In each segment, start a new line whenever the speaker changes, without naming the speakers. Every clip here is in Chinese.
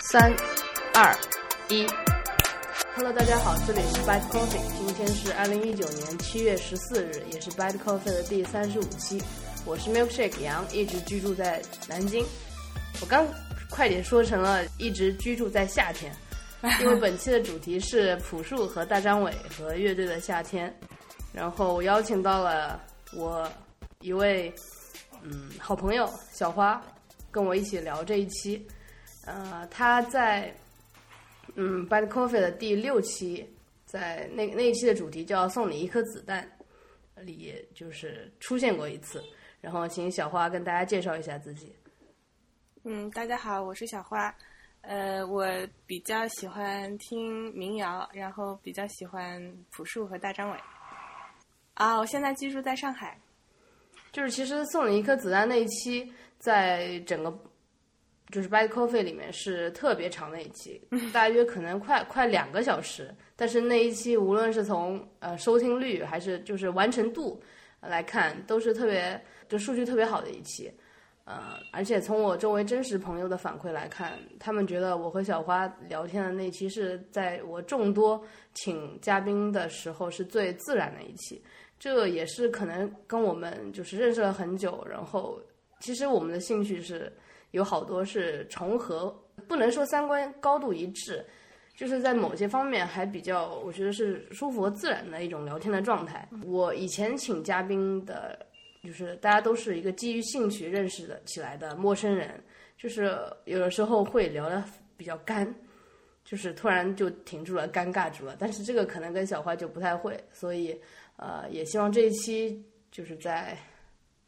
三、二、一。Hello，大家好，这里是 Bad Coffee，今天是二零一九年七月十四日，也是 Bad Coffee 的第三十五期。我是 Milkshake 杨，一直居住在南京。我刚快点说成了一直居住在夏 天，因为本期的主题是朴树和大张伟和乐队的夏天。然后我邀请到了我一位嗯好朋友小花，跟我一起聊这一期。呃，他在嗯 Bad Coffee 的第六期，在那那一期的主题叫“送你一颗子弹”里，就是出现过一次。然后请小花跟大家介绍一下自己。
嗯，大家好，我是小花。呃，我比较喜欢听民谣，然后比较喜欢朴树和大张伟。啊，我现在居住在上海。
就是其实送你一颗子弹那一期，在整个就是 Bad Coffee 里面是特别长的一期，大约可能快快两个小时。但是那一期无论是从呃收听率还是就是完成度来看，都是特别就数据特别好的一期。呃，而且从我周围真实朋友的反馈来看，他们觉得我和小花聊天的那期是在我众多请嘉宾的时候是最自然的一期。这也是可能跟我们就是认识了很久，然后其实我们的兴趣是有好多是重合，不能说三观高度一致，就是在某些方面还比较，我觉得是舒服和自然的一种聊天的状态。我以前请嘉宾的，就是大家都是一个基于兴趣认识的起来的陌生人，就是有的时候会聊的比较干。就是突然就停住了，尴尬住了。但是这个可能跟小花就不太会，所以呃，也希望这一期就是在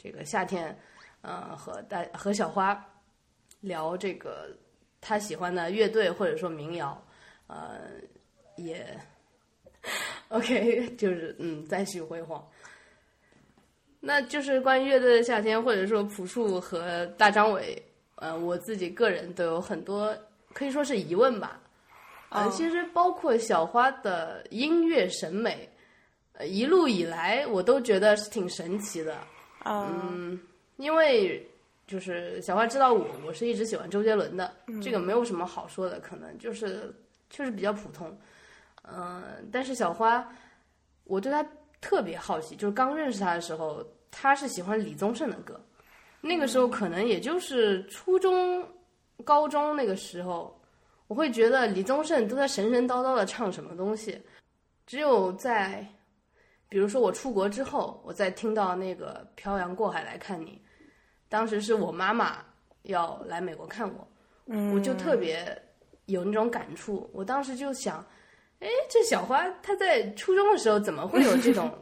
这个夏天，呃，和大和小花聊这个她喜欢的乐队或者说民谣，呃，也 OK，就是 嗯，再续辉煌。那就是关于乐队的夏天，或者说朴树和大张伟，呃，我自己个人都有很多可以说是疑问吧。啊、
哦
其实包括小花的音乐审美，呃，一路以来我都觉得是挺神奇的，
嗯，
因为就是小花知道我，我是一直喜欢周杰伦的，这个没有什么好说的，可能就是确实比较普通。嗯、但是小花，我对她特别好奇，就是刚认识她的时候，她是喜欢李宗盛的歌，那个时候可能也就是初中、高中那个时候，我会觉得李宗盛都在神神叨叨的唱什么东西，只有在。比如说我出国之后，我再听到那个《漂洋过海来看你》，当时是我妈妈要来美国看我，我就
嗯
特别有那种感触。我当时就想，哎，这小花她在初中的时候怎么会有这 种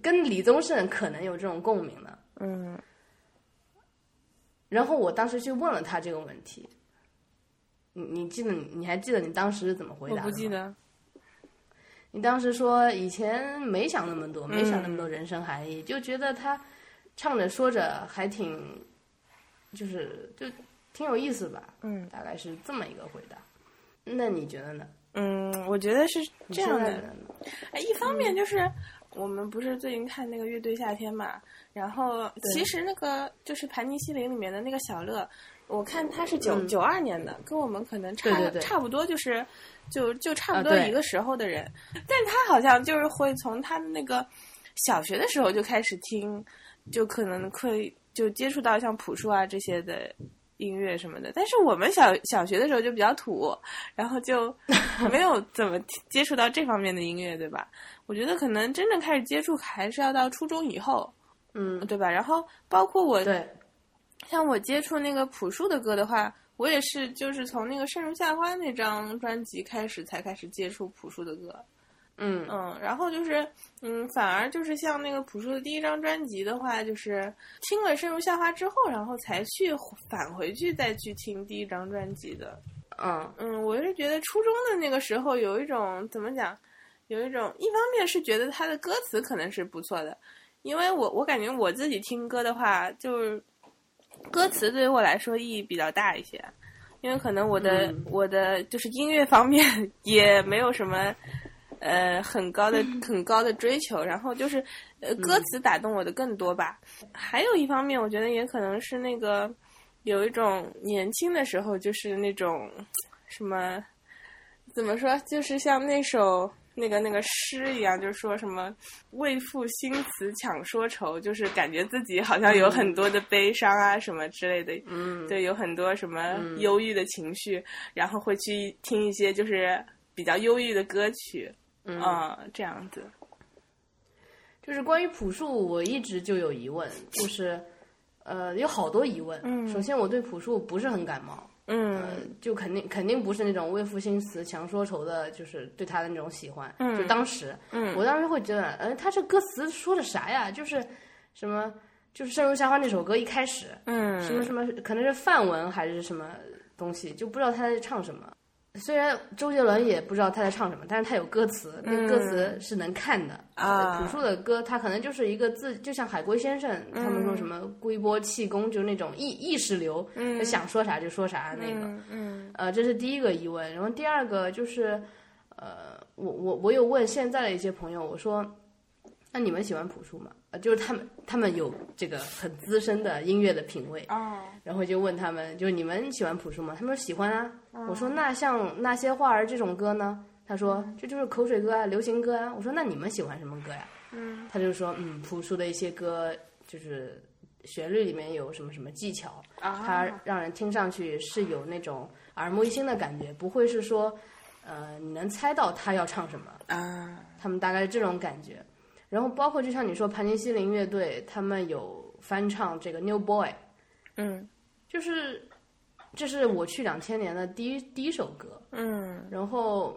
跟李宗盛可能有这种共鸣呢？
嗯，
然后我当时去问了她这个问题，你你记得你你还记得你当时是怎么回
我
答的吗？
不记得。
你当时说以前没想那么多，没想那
嗯
么多人生含义，就觉得他唱着说着还挺，就是就挺有意思吧，
嗯
大概是这么一个回答。那你觉得呢？
嗯，我觉得是
你
这样
现在
的
觉。得呢
哎，一方面就是我们不是最近看那个乐队夏天嘛，然后其实那个就是《盘尼西林》里面的那个小乐，我看他是九
嗯
九二年的，跟我们可能差
对对对
差不多，就是就就差不多
啊对
一个时候的人，但他好像就是会从他的那个小学的时候就开始听，就可能会就接触到像朴树啊这些的。音乐什么的，但是我们小小学的时候就比较土，然后 就没有怎么接触到这方面的音乐，对吧？我觉得可能真正开始接触还是要到初中以后，
嗯，
对吧？然后包括我
对，
像我接触那个朴树的歌的话，我也是就是从那个《盛如夏花》那张专辑开始才开始接触朴树的歌，
嗯
嗯，然后就是嗯，反而就是像那个朴树的第一张专辑的话，就是听了《盛如夏花》之后，然后才去返回去再去听第一张专辑的，
嗯
嗯，我是觉得初中的那个时候有一种怎么讲，有一种一方面是觉得他的歌词可能是不错的，因为我我感觉我自己听歌的话，就是歌词对于我来说意义比较大一些，因为可能我的、
嗯
我的就是音乐方面也没有什么。呃，很高的很高的追求，然后就是，呃，歌词打动我的更多吧。还有一方面，我觉得也可能是那个有一种年轻的时候，就是那种什么，怎么说，就是像那首那个那个诗一样，就是说什么“为赋新词强说愁”，就是感觉自己好像有很多的悲伤啊什么之类的，
嗯，
对，有很多什么忧郁的情绪，然后会去听一些就是比较忧郁的歌曲，嗯、这样子。
就是关于朴树，我一直就有疑问，就是呃有好多疑问。
嗯
首先我对朴树不是很感冒，呃
嗯，
就肯定肯定不是那种为赋新词强说愁的，就是对他的那种喜欢。
嗯
就当时，
嗯
我当时会觉得，呃，他这歌词说的啥呀？就是什么，就是《生如夏花》那首歌一开始，
嗯，
什么什么，可能是范文还是什么东西，就不知道他在唱什么。虽然周杰伦也不知道他在唱什么，但是他有歌词，那
嗯
歌词是能看的。
啊
朴树的歌，他可能就是一个字，就像海龟先生他们说什么“龟波气功”，就是那种意意识流，
嗯
就想说啥就说啥那个。
嗯嗯
呃，这是第一个疑问。然后第二个就是，呃，我我我有问现在的一些朋友，我说，那你们喜欢朴树吗？呃，就是他们他们有这个很资深的音乐的品味，
哦，
然后就问他们，就是你们喜欢朴树吗？他们说喜欢啊。我说那像那些花儿这种歌呢？他说这就是口水歌啊，流行歌啊。我说那你们喜欢什么歌呀？
嗯，
他就说嗯，朴树的一些歌就是旋律里面有什么什么技巧，它
啊，
让人听上去是有那种耳目一新的感觉，不会是说，呃，你能猜到他要唱什么，
啊，
他们大概是这种感觉。然后包括就像你说盘尼西林乐队，他们有翻唱这个 New Boy，
嗯
就是这是我去两千年的第一第一首歌，
嗯
然后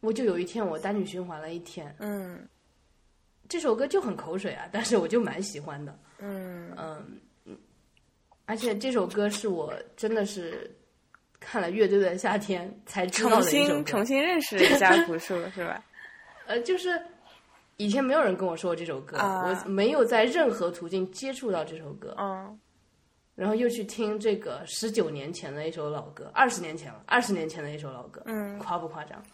我就有一天我单曲循环了一天，
嗯
这首歌就很口水啊，但是我就蛮喜欢的。
嗯
嗯，而且这首歌是我真的是看了《乐队的夏天》才知道的
重
一首
新
歌
重。新认识了一下朴树 是吧？
呃，就是以前没有人跟我说过这首歌，
啊
我没有在任何途径接触到这首歌，
嗯
然后又去听这个十九年前的一首老歌，二十年前了，二十年前的一首老歌，
嗯
夸不夸张？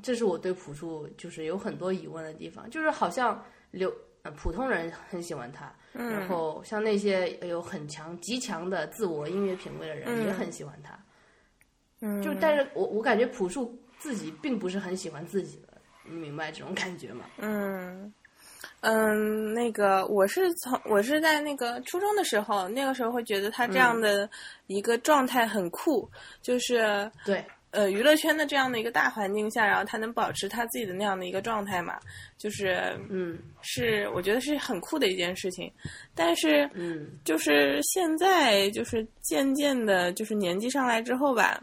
这是我对朴树就是有很多疑问的地方，就是好像流呃普通人很喜欢他，然
嗯
后像那些有很强、极强的自我音乐品味的人
嗯
也很喜欢他。
嗯，
就但是我我感觉朴树自己并不是很喜欢自己的，你明白这种感觉吗？
嗯。嗯，那个我是从我是在那个初中的时候，那个时候会觉得他这样的一个状态很酷，就是
对，
呃娱乐圈的这样的一个大环境下，然后他能保持他自己的那样的一个状态嘛，就是
嗯
是我觉得是很酷的一件事情，但是
嗯
就是现在，就是渐渐的，就是年纪上来之后吧，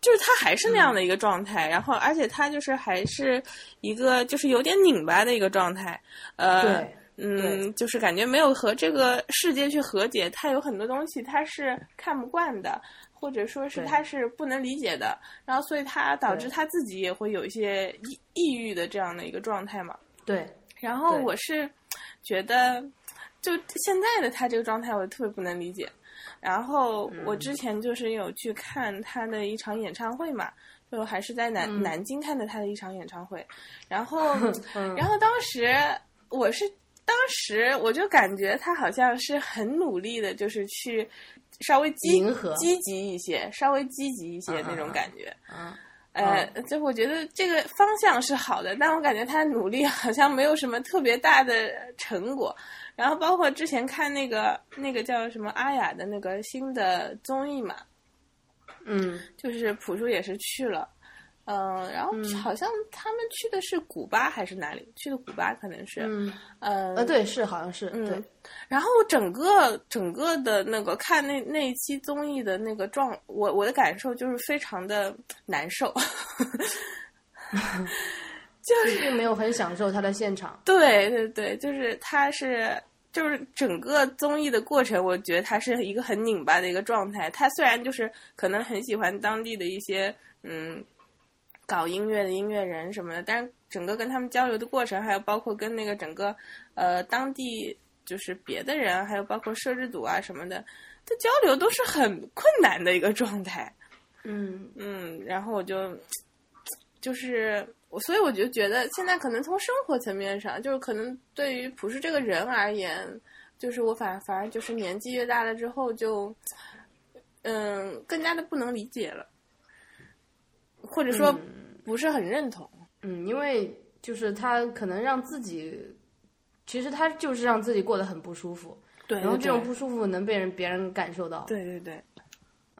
就是他还是那
嗯
样的一个状态，然后而且他就是还是一个就是有点拧巴的一个状态，呃
对，
嗯，就是感觉没有和这个世界去和解，他有很多东西他是看不惯的，或者说是
对
他是不能理解的，然后所以他导致
对
他自己也会有一些抑抑郁的这样的一个状态嘛，
对，
然后
对
我是觉得，就现在的他这个状态，我特别不能理解。然后我
嗯
之前就是有去看他的一场演唱会嘛，就还是在南、
嗯
南京看的他的一场演唱会。然后，
嗯
然后当时我是当时我就感觉他好像是很努力的，就是去稍微积
迎合
积极一些，稍微积极一些
嗯嗯
那种
嗯
感觉。
啊，
呃，就我觉得这个方向是好的，但我感觉他努力好像没有什么特别大的成果。然后包括之前看那个那个叫什么阿雅的那个新的综艺嘛，
嗯
就是朴树也是去了，嗯、然后好像他们去的是古巴还是哪里？去的古巴可能是，
嗯
嗯、
啊，对，是好像是
嗯
对，
然后整个整个的那个看那那一期综艺的那个状，我我的感受就是非常的难受，就是
并没有很享受他的现场。
对对对，就是他是就是整个综艺的过程，我觉得他是一个很拧巴的一个状态。他虽然就是可能很喜欢当地的一些嗯搞音乐的音乐人什么的，但是整个跟他们交流的过程，还有包括跟那个整个呃当地就是别的人，还有包括摄制组啊什么的，这交流都是很困难的一个状态。
嗯
嗯，然后我就就是我，所以我就觉得现在可能从生活层面上，就是可能对于朴树这个人而言，就是我反反而就是年纪越大了之后就，嗯，更加的不能理解了。或者说不是很认同。
嗯，因为就是他可能让自己，其实他就是让自己过得很不舒服，
对
然后这种不舒服能被人别人感受到，
对对对，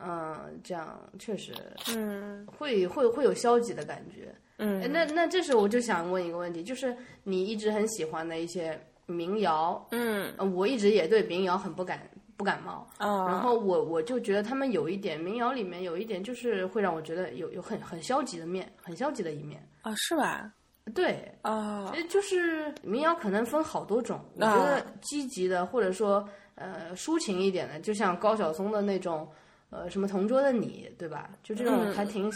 嗯，这样确实
嗯
会会会有消极的感觉。
嗯
哎，那那这时候我就想问一个问题，就是你一直很喜欢的一些民谣，
嗯
呃我一直也对民谣很不感不感冒，然
啊，
后我我就觉得他们有一点民谣里面有一点就是会让我觉得有有很很消极的面，很消极的一面。
哦是吧？
对，
哦
呃就是民谣可能分好多种，我觉得积极的或者说呃抒情一点的，就像高晓松的那种，呃什么同桌的你，对吧？就这种还挺、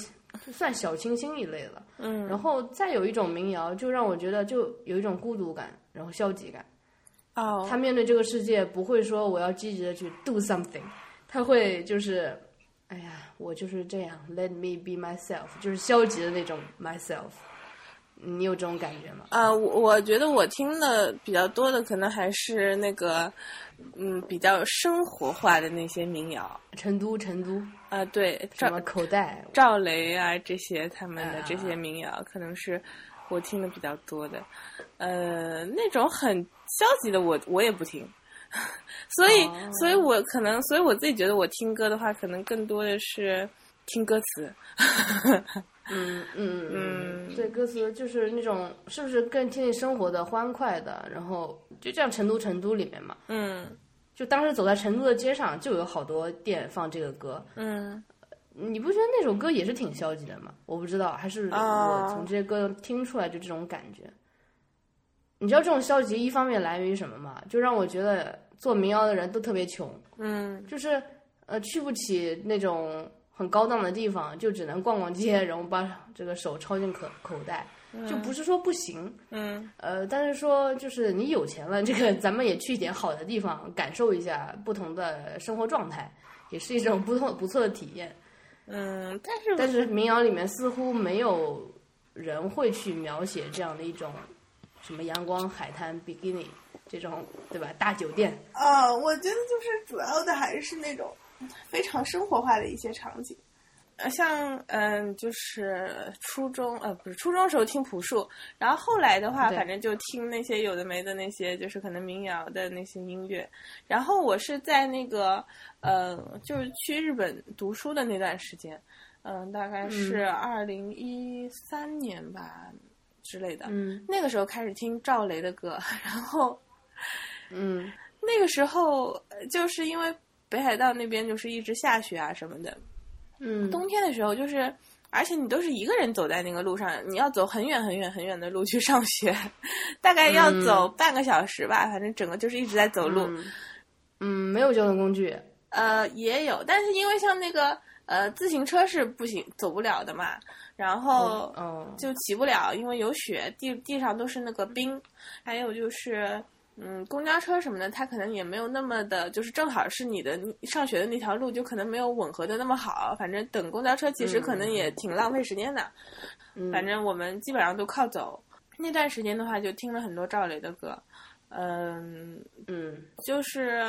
就算小清新一类了。嗯，然后再有一种民谣，就让我觉得就有一种孤独感，然后消极感。
哦，
他面对这个世界不会说我要积极的去 do something，他会就是，哎呀，我就是这样，let me be myself，就是消极的那种 myself。你有这种感觉吗？
啊，我我觉得我听的比较多的，可能还是那个，嗯，比较生活化的那些民谣
成都，成都，
啊，对，
什
赵
么口袋？
赵雷啊这些他们的
啊
这些民谣，可能是我听的比较多的。呃，那种很消极的我，我也不听。 所以，
哦
所以我可能，所以我自己觉得，我听歌的话，可能更多的是听歌词。
嗯嗯
嗯
对，歌词就是那种是不是更贴近生活的、欢快的？然后就这样，成都，成都里面嘛，
嗯
就当时走在成都的街上，就有好多店放这个歌。
嗯
你不觉得那首歌也是挺消极的吗？我不知道，还是
啊
我从这些歌听出来就这种感觉。你知道这种消极一方面来源于什么吗？就让我觉得做民谣的人都特别穷，
嗯
就是呃去不起那种很高档的地方，就只能逛逛街，然后把这个手抄进口口袋，就不是说不行，
嗯
呃，但是说就是你有钱了，这个咱们也去一点好的地方，感受一下不同的生活状态，也是一种不错不错的体验。
嗯，但 是
但是民谣里面似乎没有人会去描写这样的一种什么阳光、海滩、比基尼这种，对吧？大酒店，
啊，我觉得就是主要的还是那种非常生活化的一些场景，呃，像嗯，就是初中呃，不是初中时候听朴树，然后后来的话，
对
反正就听那些有的没的那些，就是可能民谣的那些音乐。然后我是在那个呃，就是去日本读书的那段时间，嗯、大概是二零一三年吧、之类的。
嗯
那个时候开始听赵雷的歌，然后
嗯
那个时候呃就是因为北海道那边就是一直下雪啊什么的，
嗯，
冬天的时候就是，而且你都是一个人走在那个路上，你要走很远很远很远的路去上学， 大概要
嗯
走半个小时吧，反正整个就是一直在走路。
嗯嗯，没有交通工具，
呃，也有，但是因为像那个呃自行车是不行走不了的嘛，然后。
哦，
就骑不了，因为有雪，地地上都是那个冰。还有就是，嗯，公交车什么的，它可能也没有那么的，就是正好是你的你上学的那条路，就可能没有吻合的那么好。反正等公交车其实可能也挺浪费时间的。
嗯
反正我们基本上都靠走。那段时间的话，就听了很多赵雷的歌，嗯，
嗯
就是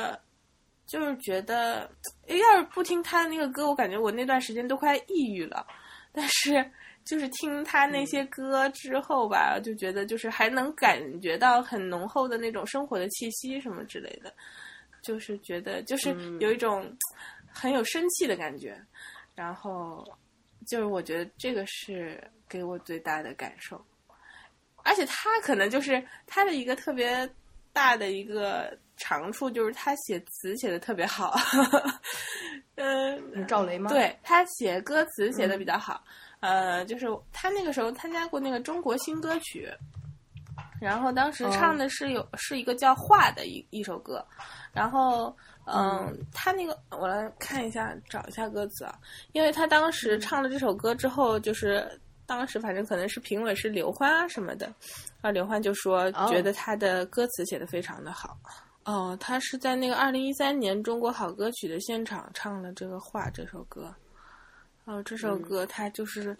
就是觉得，诶要是不听他那个歌，我感觉我那段时间都快抑郁了。但是就是听他那些歌之后吧，就觉得就是还能感觉到很浓厚的那种生活的气息什么之类的，就是觉得就是有一种很有生气的感觉。然后就是我觉得这个是给我最大的感受。而且他可能就是他的一个特别大的一个长处，就是他写词写的特别好。 嗯，
是赵雷吗？，
对他写歌词写的比较好。呃，就是他那个时候参加过那个中国新歌曲，然后当时唱的是有、是一个叫《画》的一一首歌，然后。嗯，他那个我来看一下，找一下歌词啊，因为他当时唱了这首歌之后，就是当时反正可能是评委是刘欢啊什么的，啊，刘欢就说
哦
觉得他的歌词写的非常的好。哦，他是在那个二零一三年中国好歌曲的现场唱了这个《画》这首歌。哦，这首歌他就是，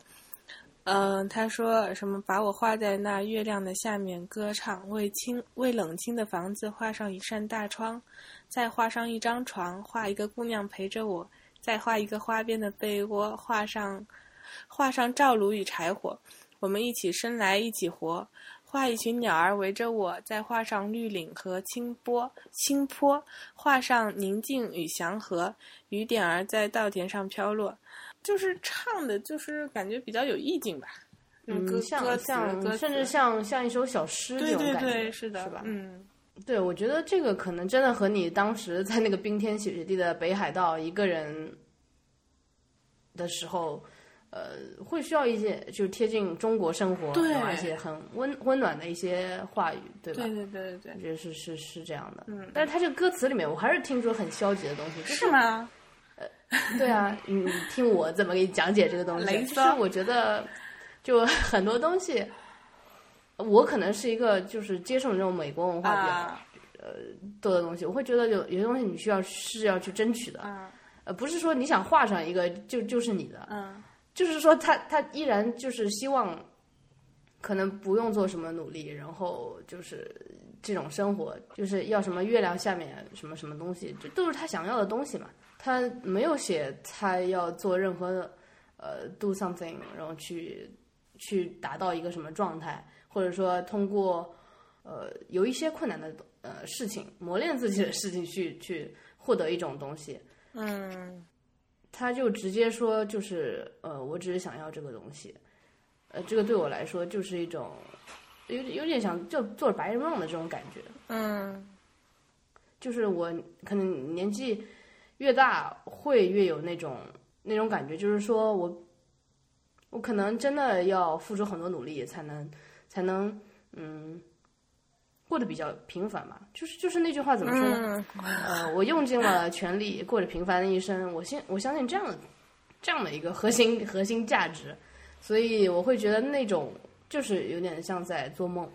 嗯、他说什么把我画在那月亮的下面歌唱，为清为冷清的房子画上一扇大窗，再画上一张床，画一个姑娘陪着我，再画一个花边的被窝，画上画上照炉与柴火，我们一起生来一起活。画一群鸟儿围着我，再画上绿岭和清波清坡，画上宁静与祥和，雨点儿在稻田上飘落。就是唱的，就是感觉比较有意境吧。
嗯，
歌
像
歌词歌
像
词
甚至像像一首小诗这
对
种
对
感觉，
对，是的，
是吧？
嗯，
对，我觉得这个可能真的和你当时在那个冰天雪地的北海道一个人的时候，呃，会需要一些就是贴近中国生活，
对
然后而且很温温暖的一些话语，对吧？
对对对对对
我，觉得是是是这样的。
嗯
但是他这个歌词里面，我还是听出很消极的东西，就是
吗？
对啊，你你听我怎么给你讲解这个东
雷
西。就
锋
是我觉得，就很多东西，我可能是一个就是接受这种美国文化比较
啊
多的东西，我会觉得有有些东西你需要是要去争取的，
啊
呃，不是说你想画上一个就就是你的，
嗯
就是说他他依然就是希望，可能不用做什么努力，然后就是这种生活，就是要什么月亮下面什么什么东西，这都是他想要的东西嘛。他没有写他要做任何呃 do something，然后去去达到一个什么状态，或者说通过呃有一些困难的呃事情磨练自己的事情去去获得一种东西。
嗯
他就直接说，就是呃，我只是想要这个东西，呃，这个对我来说就是一种有有点想就做白日梦的这种感觉，
嗯
就是我可能年纪越大会越有那种那种感觉，就是说我我可能真的要付出很多努力才能才能嗯过得比较平凡吧，就是就是那句话怎么说呢？
嗯
呃，我用尽了全力过着平凡的一生，我信我相信这样的这样的一个核心核心价值，所以我会觉得那种就是有点像在做梦，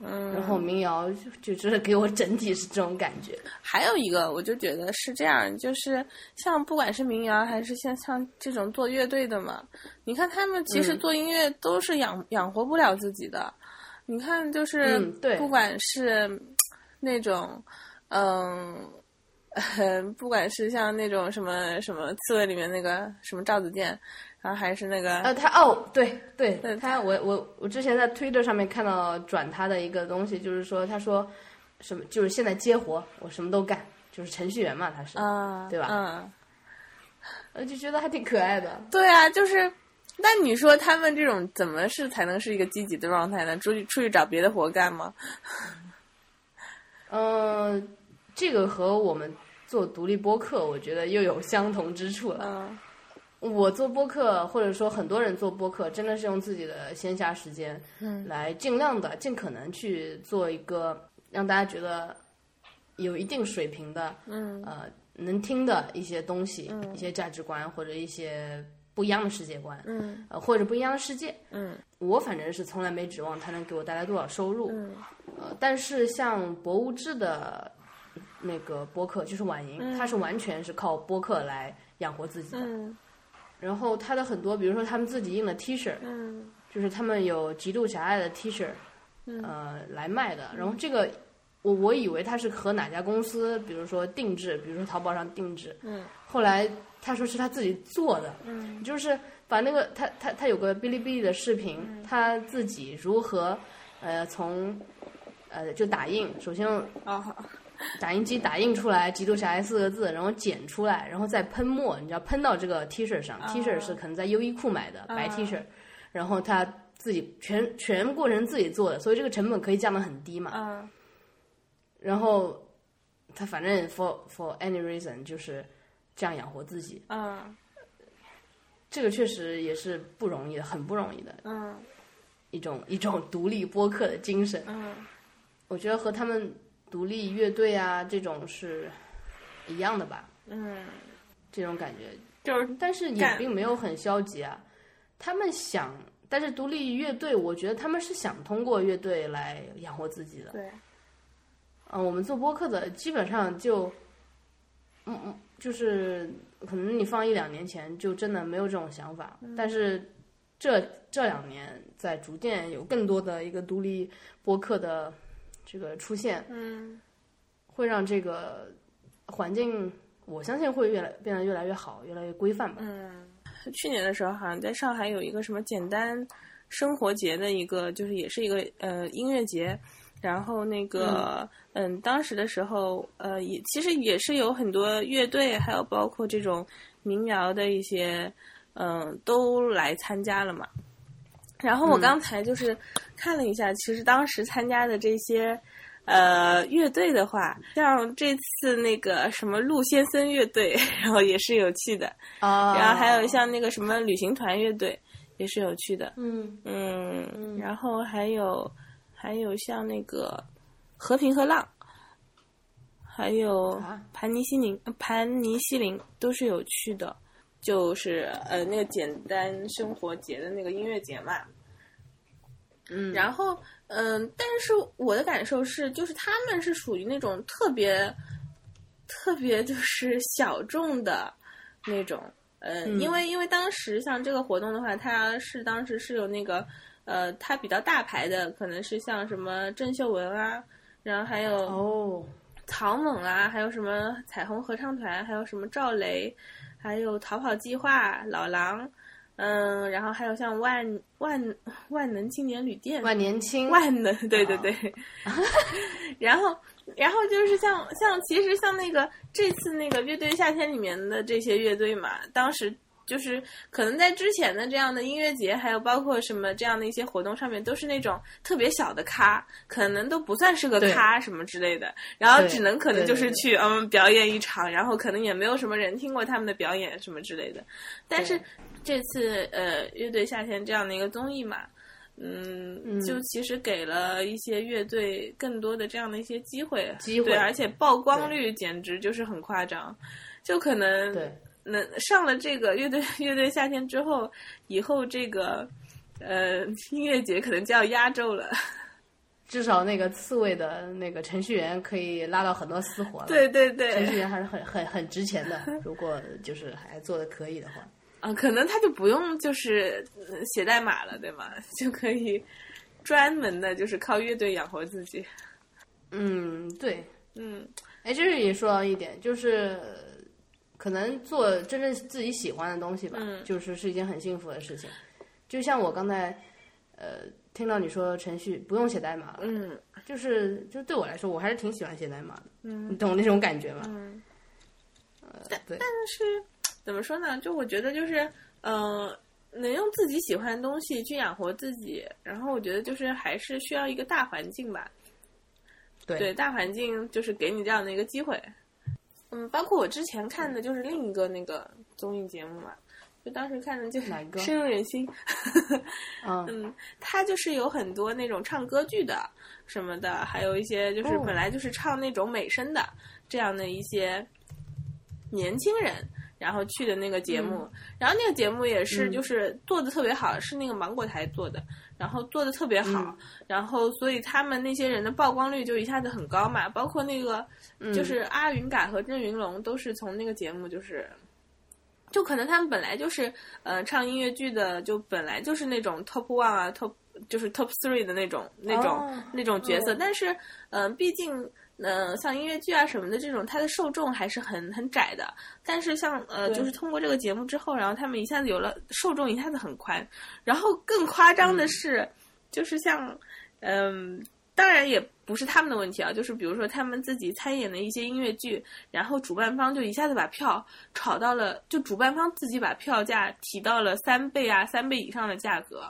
嗯，
然后民谣就就真的给我整体是这种感觉，
还有一个，我就觉得是这样，就是像不管是民谣还是像像这种做乐队的嘛，你看他们其实
嗯
做音乐都是养、养活不了自己的。你看，就是、
嗯对
不管是嗯那种，嗯、 不管是像那种什么什么刺猬里面那个什么赵子健，然后还是那个、
呃，他哦，对对
对，
他我我我之前在推特上面看到转他的一个东西，就是说他说什么就是现在接活我什么都干，就是程序员嘛，他是，
啊，
对吧
嗯，
呃，就觉得还挺可爱的，
对啊，就是，那你说他们这种怎么是才能是一个积极的状态呢？出去出去找别的活干吗？
嗯、这个和我们做独立播客，我觉得又有相同之处了。
嗯
我做播客，或者说很多人做播客，真的是用自己的闲暇时间，
嗯，
来尽量的、尽可能去做一个让大家觉得有一定水平的，
嗯
呃，能听的一些东西、一些价值观或者一些不一样的世界观，
嗯
呃，或者不一样的世界。
嗯
我反正是从来没指望它能给我带来多少收入，
嗯
呃，但是像博物志的那个播客，就是婉莹，她是完全是靠播客来养活自己的。
嗯
然后她的很多，比如说他们自己印的 T 恤，
嗯
就是他们有极度狭隘的 T 恤，呃，来卖的。然后这个，我我以为他是和哪家公司，比如说定制，比如说淘宝上定制，
嗯，
后来他说是他自己做的，
嗯，
就是把那个他他他有个哔哩哔哩的视频，
嗯
他自己如何，呃，从。呃，就打印，首先用
哦，
打印机打印出来“极度狭隘”四个字，然后剪出来，然后再喷墨，你知道喷到这个 T 恤上、t 恤是可能在优衣库买的、白 T 恤，然后他自己全全过程自己做的，所以这个成本可以降得很低嘛。
嗯
然后他反正 for for any reason 就是这样养活自己，
嗯
这个确实也是不容易的，很不容易的
嗯
一种 一种独立播客的精神。
嗯
我觉得和他们独立乐队啊这种是一样的吧，
嗯，
这种感觉
就是
但是也
干
并没有很消极啊。他们想，但是独立乐队，我觉得他们是想通过乐队来养活自己的。
对，
嗯，我们做播客的基本上就，嗯嗯，就是可能你放一两年前就真的没有这种想法，
嗯
但是这这两年在逐渐有更多的一个独立播客的这个出现，
嗯
会让这个环境我相信会越来变得越来越好，越来越规范吧。
嗯。去年的时候好像在上海有一个什么简单生活节的一个，就是也是一个呃音乐节。然后那个，嗯，当时的时候，呃，也其实也是有很多乐队，还有包括这种民谣的一些，嗯、都来参加了嘛。然后我刚才就是看了一下，其实当时参加的这些，呃，乐队的话，像这次那个什么陆先生乐队， 然后也是有去的，
啊，
嗯然后还有像那个什么旅行团乐队也是有去的，
嗯
嗯，然后还有还有像那个和平和浪，还有
啊
盘尼西林、呃盘尼西林都是有去的，就是呃那个简单生活节的那个音乐节嘛。
嗯，
然后嗯，但是我的感受是，就是他们是属于那种特别特别就是小众的那种。呃，
嗯
因为因为当时像这个活动的话，它是当时是有那个呃，它比较大牌的，可能是像什么郑秀文啊，然后还有
哦，
草蜢啊，还有什么彩虹合唱团，还有什么赵雷，还有逃跑计划、老狼，嗯，然后还有像万万万能青年旅店、
万年青，
万能，对对 对。然后，然后就是像像其实像那个这次那个乐队夏天里面的这些乐队嘛，当时就是可能在之前的这样的音乐节，还有包括什么这样的一些活动上面，都是那种特别小的咖，可能都不算是个
对
咖什么之类的，然后
对
只能可能
对
就是
对对
去嗯表演一场，然后可能也没有什么人听过他们的表演什么之类的。但是
对
这次呃乐队夏天这样的一个综艺嘛，嗯，
嗯
就其实给了一些乐队更多的这样的一些机会，
机会
对，而且曝光率简直就是很夸张，就可能
对，
能上了这个乐队 乐队夏天之后，以后这个呃音乐节可能就要压 轴了，
至少那个刺猬的那个程序员可以拉到很多私活了。
对对
程序
对，
员还是很很很值钱的， 如果就是还做的可以的话，
啊，可能他就不用就是呃写代码了，对吗？ 就可以专门的就是靠乐队养活自己，
嗯，对，
嗯，
哎，这是也说到一点，就是可能做真正自己喜欢的东西吧，
嗯
就是是一件很幸福的事情。就像我刚才，呃，听到你说程序不用写代码了，
嗯
就是就对我来说，我还是挺喜欢写代码的，
嗯
你懂那种感觉吗？
嗯。
呃对，
是怎么说呢？就我觉得就是，嗯、能用自己喜欢的东西去养活自己，然后我觉得就是还是需要一个大环境吧。
对
大环境就是给你这样的一个机会。嗯，包括我之前看的就是另一个那个综艺节目嘛，就当时看的就是
哪一个
深入人心。
嗯
嗯，它就是有很多那种唱歌剧的什么的，还有一些就是
哦
本来就是唱那种美声的、这样的一些年轻人，然后去的那个节目，然后那个节目也是
嗯
就是做的特别好，是那个芒果台做的，然后做的特别好，
嗯
然后所以他们那些人的曝光率就一下子很高嘛，包括那个
嗯，
就是阿云嘎和郑云龙都是从那个节目就是。就可能他们本来就是，呃，唱音乐剧的，就本来就是那种 top one 啊，top 就是 top three 的那种那种、
哦
那种角色。
嗯
但是，嗯、毕竟，呃，像音乐剧啊什么的这种，它的受众还是很很窄的。但是像呃，
对
就是通过这个节目之后，然后他们一下子有了受众，一下子很宽。然后更夸张
嗯
的是，就是像，嗯、当然也不是他们的问题啊，就是比如说他们自己参演的一些音乐剧，然后主办方就一下子把票炒到了，就主办方自己把票价提到了三倍啊，三倍以上的价格，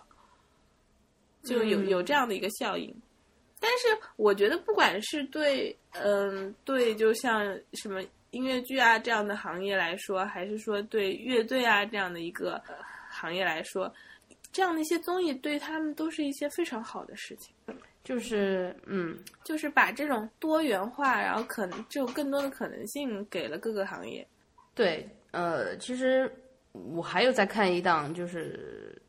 就有
嗯
有这样的一个效应。但是我觉得，不管是对，嗯、对，就像什么音乐剧啊这样的行业来说，还是说对乐队啊这样的一个呃行业来说，这样的一些综艺对他们都是一些非常好的事情。
就是嗯，
就是把这种多元化，然后可能就更多的可能性给了各个行业。
对，呃，其实我还有在看一档，就是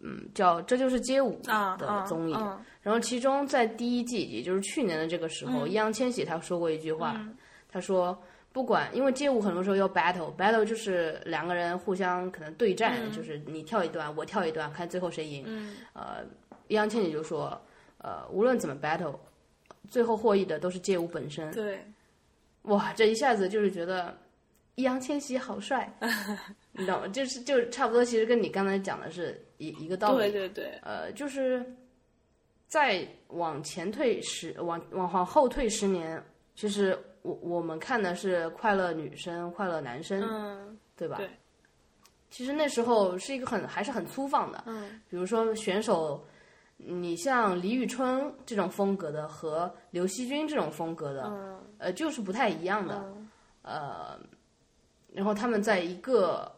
嗯，叫《这就是街舞》
啊
的综艺，
嗯
然后其中在第一季，也就是去年的这个时候，
嗯
易烊千玺他说过一句话，他说不管，因为街舞很多时候要 battle，battle 就是两个人互相可能对战，
嗯
就是你跳一段，我跳一段，看最后谁赢。呃，易烊千玺就说，呃，无论怎么 battle，最后获益的都是街舞本身。
对，
哇，这一下子就是觉得易烊千玺好帅，你知道吗？就是就是差不多，其实跟你刚才讲的是一一个道理。
对对对，
呃，就是再往前退十，往往往后退十年，其实我我们看的是快乐女生、快乐男生，
嗯，
对吧？
对
其实那时候是一个很还是很粗放的，
嗯，
比如说选手，你像李宇春这种风格的和刘惜君这种风格的，
嗯
呃，就是不太一样的，呃，然后他们在一个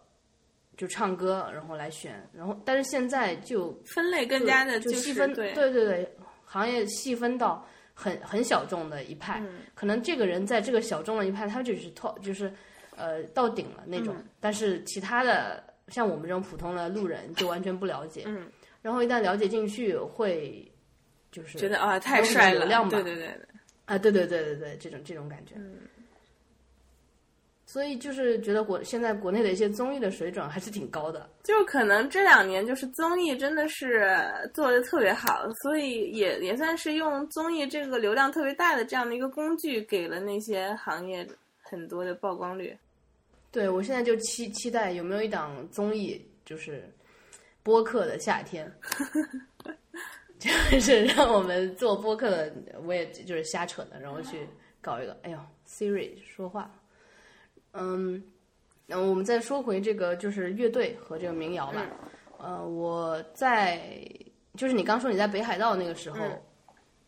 就唱歌，然后来选，然后但是现在就
分类更加的
就
就是
细分，
对
对对对行业细分到很很小众的一派，
嗯
可能这个人在这个小众的一派，他只是 top，就是呃到顶了那
嗯
种，但是其他的像我们这种普通的路人就完全不了解，
嗯
然后一旦了解进去会就是
觉得啊太
有很多
帅
流
了，
量嘛
对对对，
啊，对对对对对，这种这种感觉。
嗯
所以就是觉得国现在国内的一些综艺的水准还是挺高的，
就可能这两年就是综艺真的是做的特别好，所以也也算是用综艺这个流量特别大的这样的一个工具，给了那些行业很多的曝光率。
对我现在就期期待有没有一档综艺，就是播客的夏天，就是让我们做播客的，我也就是瞎扯的，然后去搞一个。哎呦，Siri 说话，嗯，然后我们再说回这个就是乐队和这个民谣吧。呃，我在就是你刚说你在北海道那个时候、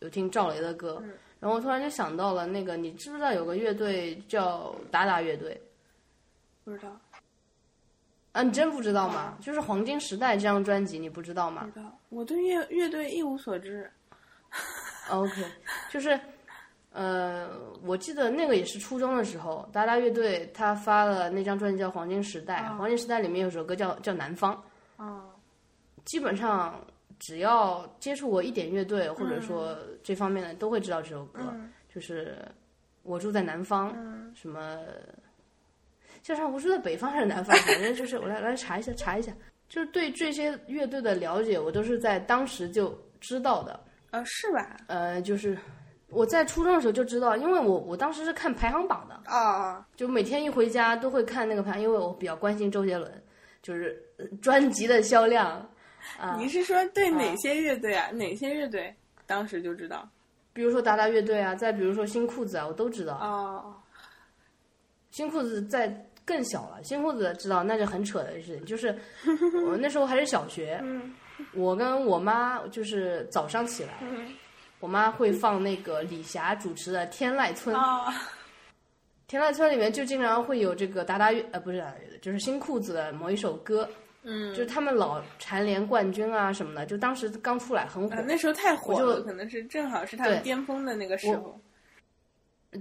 有听赵雷的歌，然后我突然就想到了那个，你知不知道有个乐队叫达达乐队？
不知道，
啊，你真不知道吗？就是《黄金时代》这张专辑，你不知道吗
不知道，我对乐乐队一无所知。
？OK，就是，呃，我记得那个也是初中的时候，达达乐队他发了那张专辑叫《黄金时代》，啊黄金时代》里面有首歌叫叫《南方》，
哦，
基本上只要接触过一点乐队或者说这方面的，都会知道这首歌。就是我住在南方，什么，就像我住在北方还是南方，反正就是我来来查一下查一下，就是对这些乐队的了解，我都是在当时就知道的。
呃，是吧？
呃，就是我在初中的时候就知道，因为我我当时是看排行榜的，
哦哦，
就每天一回家都会看那个排，因为我比较关心周杰伦，就是呃专辑的销量。啊、
你是说对哪些乐队啊？哪些乐队？当时就知道。
比如说达达乐队啊，再比如说新裤子啊，我都知道。
哦，
新裤子在更小了，新裤子知道那就很扯的事情，就是 我那时候还是小学，
嗯
我跟我妈就是早上起来，
嗯
我妈会放那个李霞主持的《天籁村》，
哦，
天籁村》里面就经常会有这个达达乐呃不是达达乐队，就是新裤子的某一首歌，
嗯，
就是他们老蝉联冠军啊什么的，就当时刚出来很火
啊，那时候太火
我
了，
就
可能是正好是他们
对
巅峰的那个时候。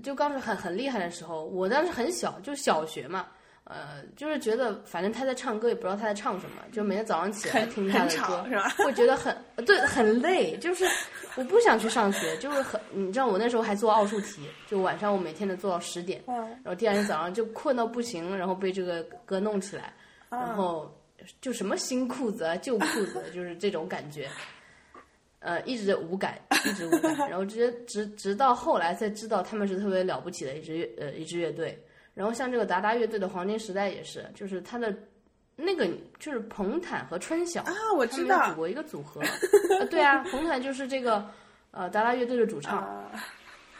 就刚是很很厉害的时候，我当时很小，就小学嘛，呃，就是觉得反正他在唱歌，也不知道他在唱什么，就每天早上起来
很
听他
很
的歌
吵，是吧
会觉得很对很累，就是我不想去上学，就是很你知道我那时候还做奥数题，就晚上我每天得做到十点，
嗯，
然后第二天早上就困到不行，然后被这个歌弄起来，
嗯
然后就什么新裤子啊、旧裤子，就是这种感觉，呃，一直无感，一直无感。然后直接直直到后来才知道他们是特别了不起的一支乐呃一支乐队。然后像这个达达乐队的黄金时代也是，就是他的那个就是彭坦和春晓
啊，我
他
知
们有组
道。
过一个组 合，呃对啊，彭坦就是这个呃达达乐队的主唱。
啊，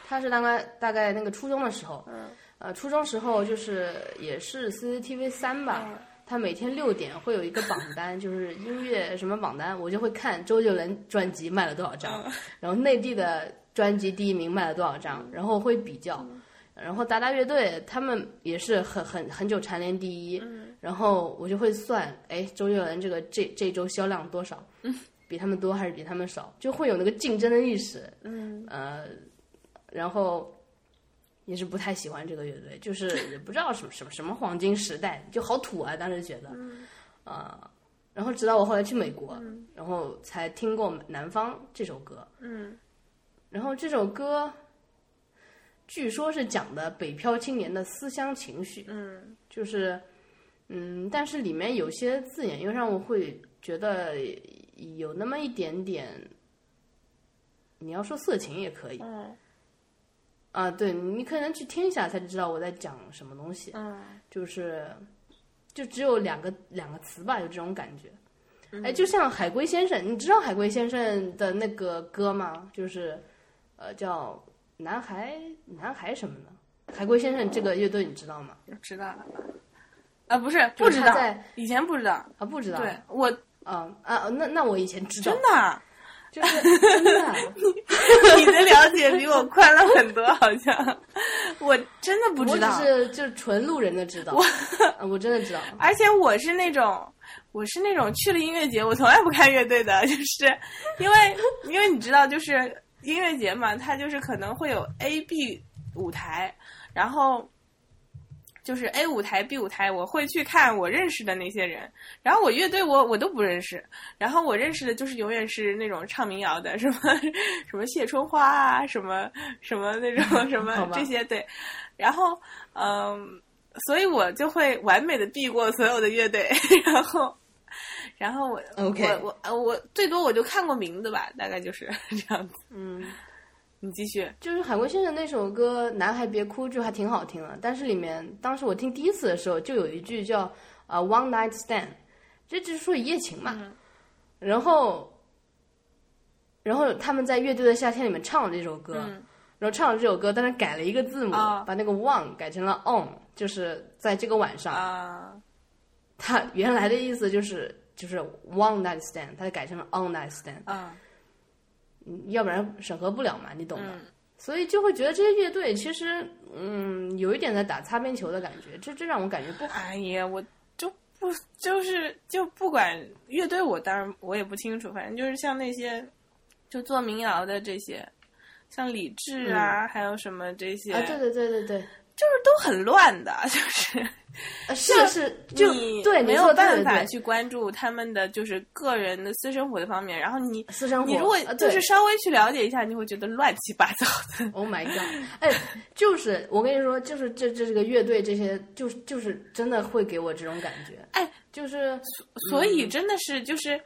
他是大概大概那个初中的时候，
嗯
呃，初中时候就是也是 CCTV 三吧，
嗯
他每天六点会有一个榜单，就是音乐什么榜单，我就会看周杰伦专辑卖了多少张，
嗯
然后内地的专辑第一名卖了多少张，然后会比较。
嗯
然后达达乐队他们也是很很很久蝉联第一，
嗯
然后我就会算，哎，周杰伦这个这这周销量多少，
嗯
比他们多还是比他们少，就会有那个竞争的意识，
嗯，
呃，然后也是不太喜欢这个乐队，就是也不知道什么什么什么黄金时代，就好土啊，当时觉得，啊、
嗯
然后直到我后来去美国，然后才听过《南方》这首歌，
嗯，
然后这首歌据说是讲的北漂青年的思乡情绪，
嗯，
就是，嗯，但是里面有些字眼又让我会觉得有那么一点点，你要说色情也可以，
嗯，
啊，对你可能去听一下才知道我在讲什么东西，
嗯，
就是就只有两个两个词吧，有这种感觉。哎，就像海龟先生，你知道海龟先生的那个歌吗？就是呃，叫男孩男孩什么的。海龟先生这个乐队你知道吗？
知道了吧？啊，不是，
就
不
是
知
他
道
在，
以前不知道。
啊，不知道。
对我
啊啊，那那我以前知道
真，的，
就是真的。啊
你的了解比我宽了很多，好像我真的 不知道。
我只是就是纯路人的知道，啊我真的知道。
而且我是那种，我是那种去了音乐节，我从来不看乐队的， 就是因为因为你知道，就是音乐节嘛，它就是可能会有 A、B 舞台，然后就是 A 舞台、B 舞台，我会去看我认识的那些人，然后我乐队我我都不认识，然后我认识的就是永远是那种唱民谣的，什么什么谢春花啊，什么什么 那种什
好
么
吧
这些对，然后嗯。所以我就会完美的避过所有的乐队， 然后，然后我
OK
我我呃我最多我就看过名字吧，大概就是 这样子。
嗯，
你继续，
就是海龟先生那首歌《男孩别哭》就还挺好听的，但是里面当时我听第一次的时候，就有一句叫啊、呃 “one night stand”，这就是说一夜情嘛。
嗯
然后，然后他们在乐队的夏天里面唱了这首歌，
嗯
然后唱了这首歌，但是改了一个字母，
啊
把那个 “one” 改成了 “on”，就是在这个晚上，
啊、
他原来的意思就是就是 “one night stand”，他就改成了 “on night stand”。
啊、
嗯要不然审核不了嘛，你懂的。
嗯
所以就会觉得这些乐队其实，嗯，有一点在打擦边球的感觉，这这让我感觉不好。
哎呀，我就不就是就不管乐队，我当然我也不清楚，反正就是像那些就做民谣的这些，像李志啊，还有什么这些，
啊，对对对对对，
就是都很乱的， 就是。
呃是是，就
你
对，
没
你说
有
得
办
对
法
对
去关注他们的就是个人的私生活的方面，然后你
私生活。
你如果
啊对
就是稍微去了解一下，你会觉得乱七八 糟的。
Oh my god！哎，就是我跟你说，就是这这这个乐队这些，就是就是真的会给我这种感觉。
哎，
就是
所
嗯
以真的是就是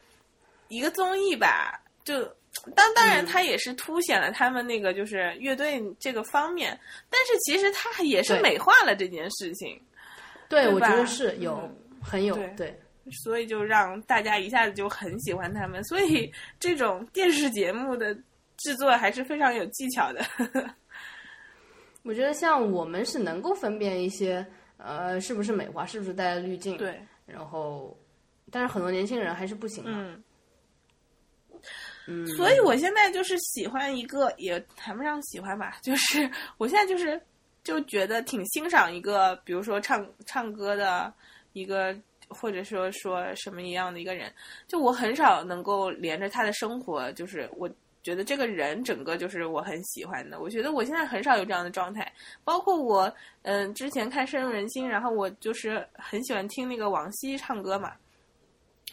一个综艺吧，就当当
嗯
然它也是凸显了他们那个就是乐队这个方面，但是其实它也是
对
美化了这件事情，
对
对
我
吧嗯
觉得是有很有
对
对，
所以就让大家一下子就很喜欢他们。所以这种电视节目的制作还是非常有技巧的。
我觉得像我们是能够分辨一些呃是不是美化，是不是带了滤镜，
对，
然后，但是很多年轻人还是不行的。嗯
嗯，所以我现在就是喜欢一个，也谈不上喜欢吧，就是我现在就是就觉得挺欣赏一个，比如说唱唱歌的一个，或者说说什么一样的一个人，就我很少能够连着他的生活，就是我。觉得这个人整个就是我很喜欢的，我觉得我现在很少有这样的状态。包括我，嗯、之前看《深入人心》，然后我就是很喜欢听那个王晰唱歌嘛，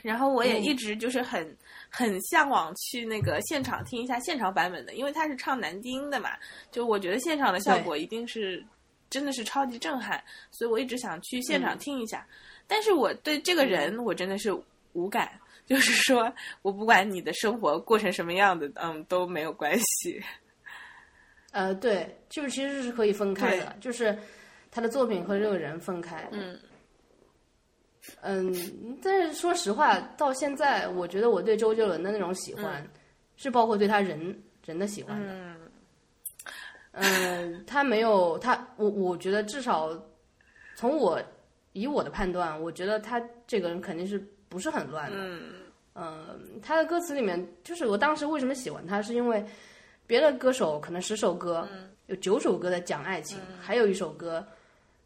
然后我也一直就是很、很向往去那个现场听一下现场版本的，因为他是唱男低音的嘛，就我觉得现场的效果一定是真的是超级震撼，所以我一直想去现场听一下。但是我对这个人我真的是无感， 就是说我不管你的生活过成什么样子，嗯，都没有关系。
呃，对，就是其实是可以分开的，就是他的作品和这个人分开。
嗯
嗯，但是说实话，到现在我觉得我对周杰伦的那种喜欢，是包括对他人人的喜欢的。
嗯，
嗯，他没有他，我我觉得至少从我以我的判断，我觉得他这个人肯定是不是很乱的。嗯他的歌词里面，就是我当时为什么喜欢他，是因为别的歌手可能十首歌、有九首歌在讲爱情，还有一首歌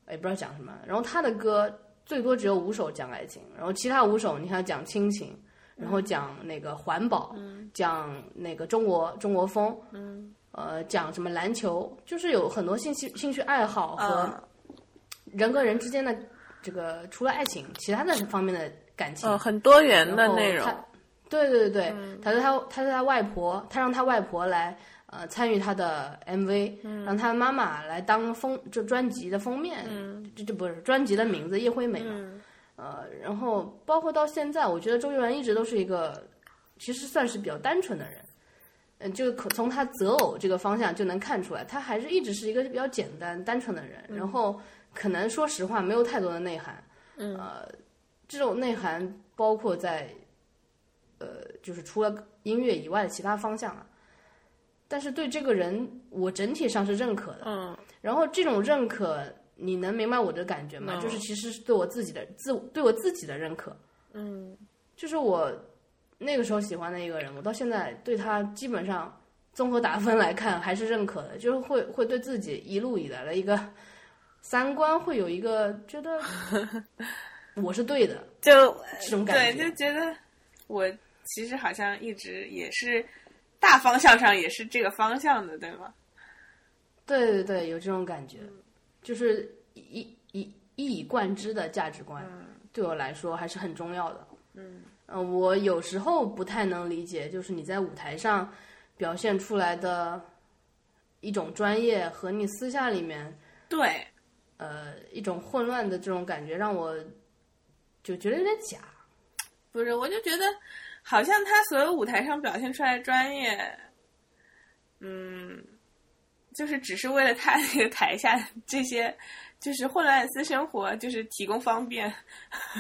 也不知道讲什么，然后他的歌最多只有五首讲爱情，然后其他五首你看讲亲情。然后讲那个环保，讲那个中国中国风，呃，讲什么篮球，就是有很多兴趣兴趣爱好和
嗯
人跟人之间的这个除了爱情，其他的方面的感情。
呃，很多元
然
的
后
内容
他。对对对对，他说他他说他外婆，他让他外婆来呃参与他的 MV，、让他妈妈来当封这专辑的封面，这这不是专辑的名字叶惠美嘛？呃，然后包括到现在，我觉得周杰伦一直都是一个其实算是比较单纯的人，嗯，就可从他择偶这个方向就能看出来，他还是一直是一个比较简单单纯的人，然后可能说实话没有太多的内涵，
嗯
呃，这种内涵包括在，呃，就是除了音乐以外的其他方向啊，但是对这个人我整体上是认可的，
嗯
然后这种认可，你能明白我的感觉吗？
嗯
就是其实是对我自己的自对我自己的认可，
嗯
就是我那个时候喜欢的一个人，我到现在对他基本上综合打分来看还是认可的，就是会会对自己一路以来的一个三观会有一个觉得我是对的
就
这种感
对，
觉
就。觉得我其实好像一直也是大方向上也是这个方向的，对吗？
对对对，有这种感觉，
嗯
就是一一一以贯之的价值观，对我来说还是很重要的。
嗯
呃，我有时候不太能理解，就是你在舞台上表现出来的一种专业和你私下里面
对，
呃一种混乱的这种感觉，让我就觉得有点假。
不是，我就觉得好像他所有舞台上表现出来的专业，嗯，就是只是为了他那个台下这些就是混乱私生活，就是提供方便，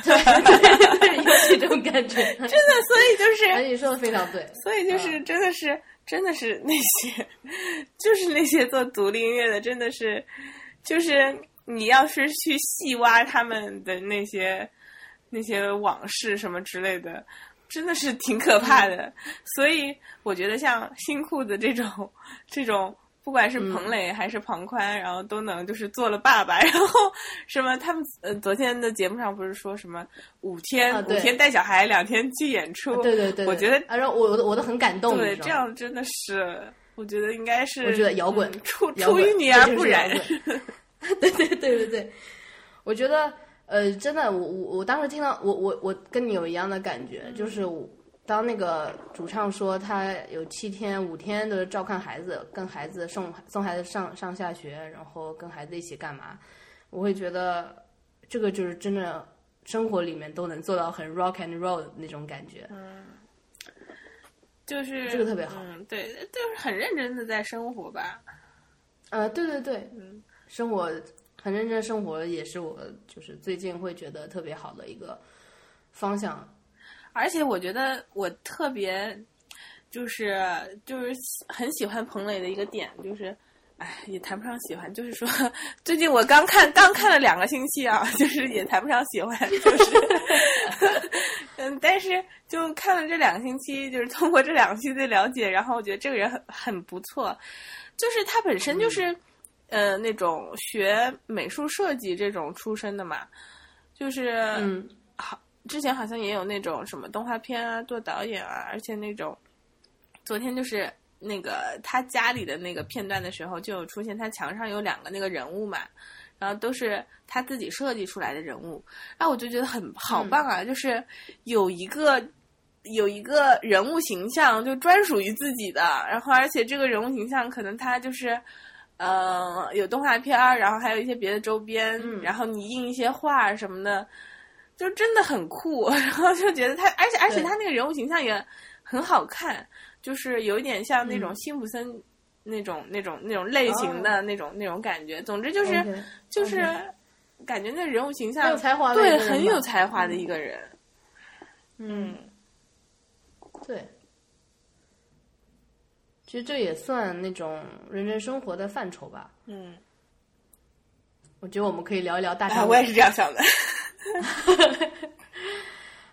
对对对，有这种感觉。
真的，所以 就
哎，
是，
你说的非常对。
所以
嗯
就是，真的是，真的是那些， 就是那些做独立音乐的，真的是，就是你要是去细挖他们的那些那些往事什么之类的，真的是挺
嗯
可怕的。所以我觉得像新裤子这种这种，不管
嗯
是彭磊还是庞宽，然后都能就是做了爸 爸，然后什么他们呃昨天的节目上不是说什么五天、
啊
五
对
天带小孩，两天去演出，
对对对，
我觉得
啊，让我我都我都很感动。
对
你知道
这
吗
样真的是。我觉得应该是，
我觉得摇滚
嗯出
摇
出
滚
淤泥而不染。
这就是摇滚 对对对对对，我觉得呃，真的，我我我当时听到，我我我跟你有一样的感觉，就是我当那个主唱说他有七天五天都是照看孩子，跟孩子送送孩子上上下学，然后跟孩子一起干嘛，我会觉得这个就是真的生活里面都能做到很 rock and roll 的那种感觉。
就是
这个特别好
嗯，对，就是很认真的在生活吧。
呃，对对对，
嗯
生活很认真，生活也是我就是最近会觉得特别好的一个方向。
而且我觉得我特别就是就是很喜欢彭磊的一个点，就是哎，也谈不上喜欢，就是说 最近我刚看刚看了两个星期啊， 就是也谈不上喜欢，就是。 嗯，但是就看了这两个星期，就是通过这两个星期的了解，然后我觉得这个人很很不错，就是他本身就是、呃那种学美术设计这种出身的嘛，就是
嗯，
之前好像也有那种什么动画片啊，做导演啊，而且那种，昨天就是那个他家里的那个片段的时候，就有出现他墙上有两个那个人物嘛，然后都是他自己设计出来的人物，那我就觉得很好棒啊，就是有一个。有一个人物形象就专属于自己的，然后而且这个人物形象可能他就是，呃，有动画片儿，然后还有一些别的周边，
嗯
然后你印一些画儿什么的，就真的很酷， 然后就觉得他，而且而且
对
他那个人物形象也很好看，就是有一点像
嗯
那种辛普森、那种那种那种类型的、那种那种感觉。总之就是、
哦嗯 OK，
就是感觉那人物形
很有
象
才华的一
对
个人吧，
很有才华的一个人。嗯，
对。其实这也算那种认真生活的范畴吧。
嗯，
我 觉得我们可以聊一聊大
哎，
肠。
我也是这样想的。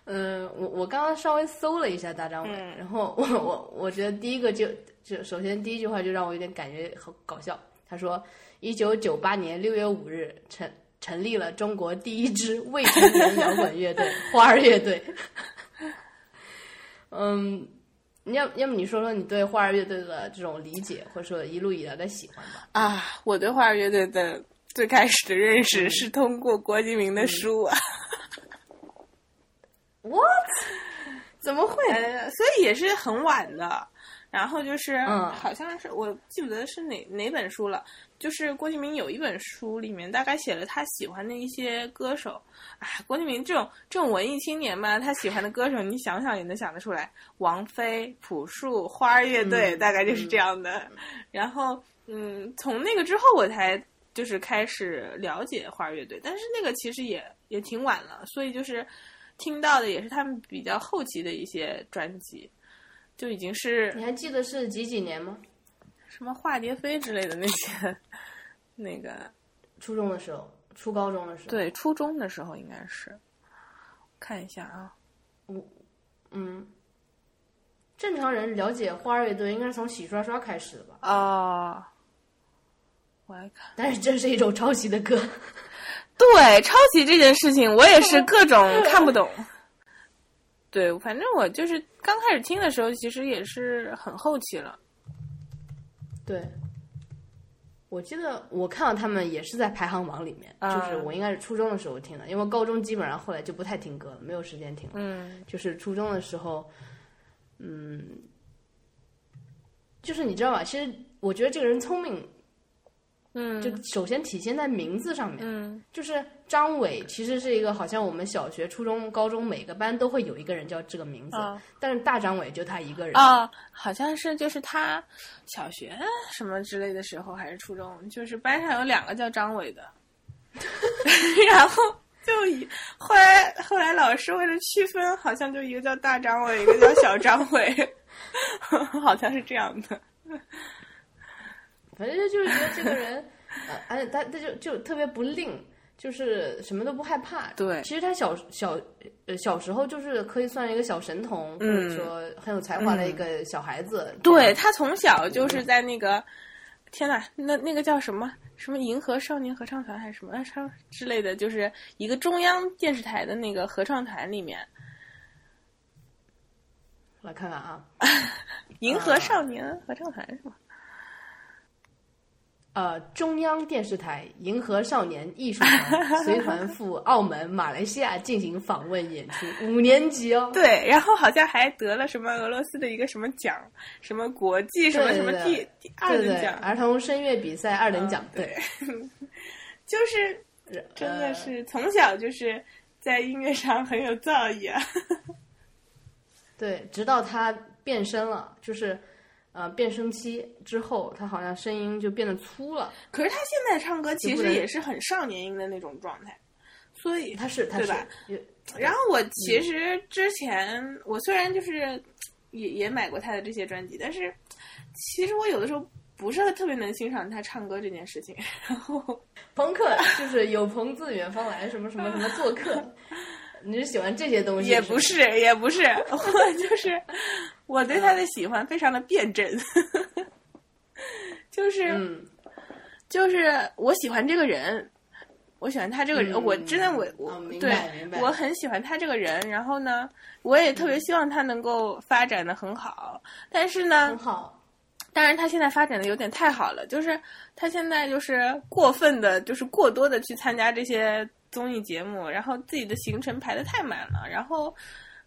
嗯，我我刚刚稍微搜了一下大张伟，
嗯
然后我我我觉得第一个就就首先第一句话就让我有点感觉很搞笑。他说，一九九八年六月五日成成立了中国第一支未成年摇滚乐队 花儿乐队。嗯，要要么你说说你对花儿乐队的这种理解，或者说一路以来的喜欢吧。
啊，我对花儿乐队的最开始的认识是通过郭敬明的书 啊。
What？怎么会？
哎呃，所以也是很晚的。然后就是，
嗯
好像是我记不得是哪哪本书了，就是郭敬明有一本书里面大概写了他喜欢的一些歌手。哎，郭敬明这种这种文艺青年嘛，他喜欢的歌手，你想想也能想得出来，王菲、朴树、花儿乐队，
嗯
大概就是这样的。然后，嗯，从那个之后我才就是开始了解花儿乐队，但是那个其实也也挺晚了，所以就是听到的也是他们比较后期的一些专辑，就已经是
你还记得是几几年吗？
嗯什么化蝶飞之类的那些， 那个
初中的时候，初高中的时候。，
对初中的时候应该是，看一下啊，
嗯，正常人了解花儿乐队应该是从洗刷刷开始的吧？
哦，我来看。
但是这是一首抄袭的 歌，
对，抄袭这件事情，我也是各种看不懂。对，反正我就是刚开始听的时候，其实也是很后期了。
对。我记得我看到他们也是在排行榜里面，
啊
就是我应该是初中的时候听的，因为高中基本上后来就不太听歌了，没有时间听了。
嗯
就是初中的时候，嗯，就是你知道吧？其实我觉得这个人聪明，
嗯
就首先体现在名字上面。
嗯
就是张伟，其实是一个好像我们小学、初中、高中每个班都会有一个人叫这个名字，
啊
但是大张伟就他一个人。
啊，好像是就是他小学什么之类的时候，还是初中，就是班上有两个叫张伟的，然后就以后来后来老师为了区分，好像就一个叫大张伟，一个叫小张伟， 好像是这样的。
反正就是觉得这个人，呃，而且他他就就特别不吝，就是什么都不害怕。
对
其实他小小呃小时候就是可以算一个小神童，
嗯
或者说很有才华的一个小孩子。
对他从小就是在那个，天呐，那那个叫什么什么银河少年合唱团还是什么呃唱之类的，就是一个中央电视台的那个合唱团里面，
来看看啊，
银河少年合唱团是吗？
呃，中央电视台银河少年艺术 团随团赴澳门、马来西亚进行访问演出，五年级哦。
对，然后好像还得了什么俄罗斯的一个什么奖，什么国际什么
对
什么
对
第
对
第二
对
等
对啊
奖，
儿童声乐比赛二等奖，对，
就是
呃
真的是从小就是在音乐上很有造诣啊。
对，直到他变声了，就是呃变声期之后，他好像声音就变得粗了，
可是他现在唱歌其
就不
实
能
也是很少年音的那种状态，所以
他嗯是他
对
是
吧
有
然后我其实之前、我虽然就是也也买过他的这些专辑，但是其实我有的时候不是特别能欣赏他唱歌这件事情。然后
朋克，就是有朋自远方来，什么什么什么做 客，你是喜欢这些东西？
也不是也不是， 我就是我对他的喜欢非常的辩证， 就是、
嗯，
就是我喜欢这个人。我喜欢他这个人，
嗯
我真的我我、
哦明
对
白明白嗯
我很喜欢他这个人，然后呢，我也特别希望他能够发展的很好，但是呢，
很好，
当然，他现在发展的有点太好了，就是他现在就是过分的，就是过多的去参加这些综艺节目，然后自己的行程排的太满了，然后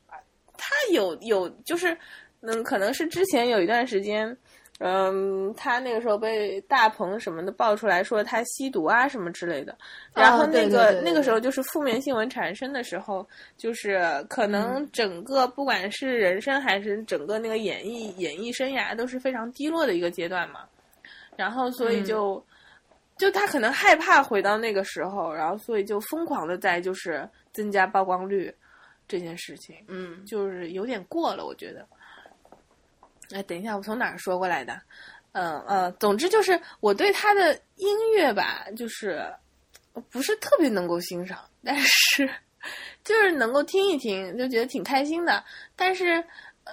啊他有有就是嗯，可能是之前有一段时间，嗯，他那个时候被大鹏什么的爆出来说他吸毒啊什么之类的，然后
哦对
那个、
对对对
那个时候就是负面新闻产生的时候，就是可能整个不管是人生还是整个那个演艺演艺生涯都是非常低落的一个阶段嘛，然后所以就、就他可能害怕回到那个时候，然后所以就疯狂的在就是增加曝光率这件事情，
嗯，
就是有点过了，我觉得。哎，等一下，我从哪儿说过来的？嗯嗯，总之就是我对他的音乐吧，就是不是特别能够欣赏，但是就是能够听一听，就觉得挺开心的。但是，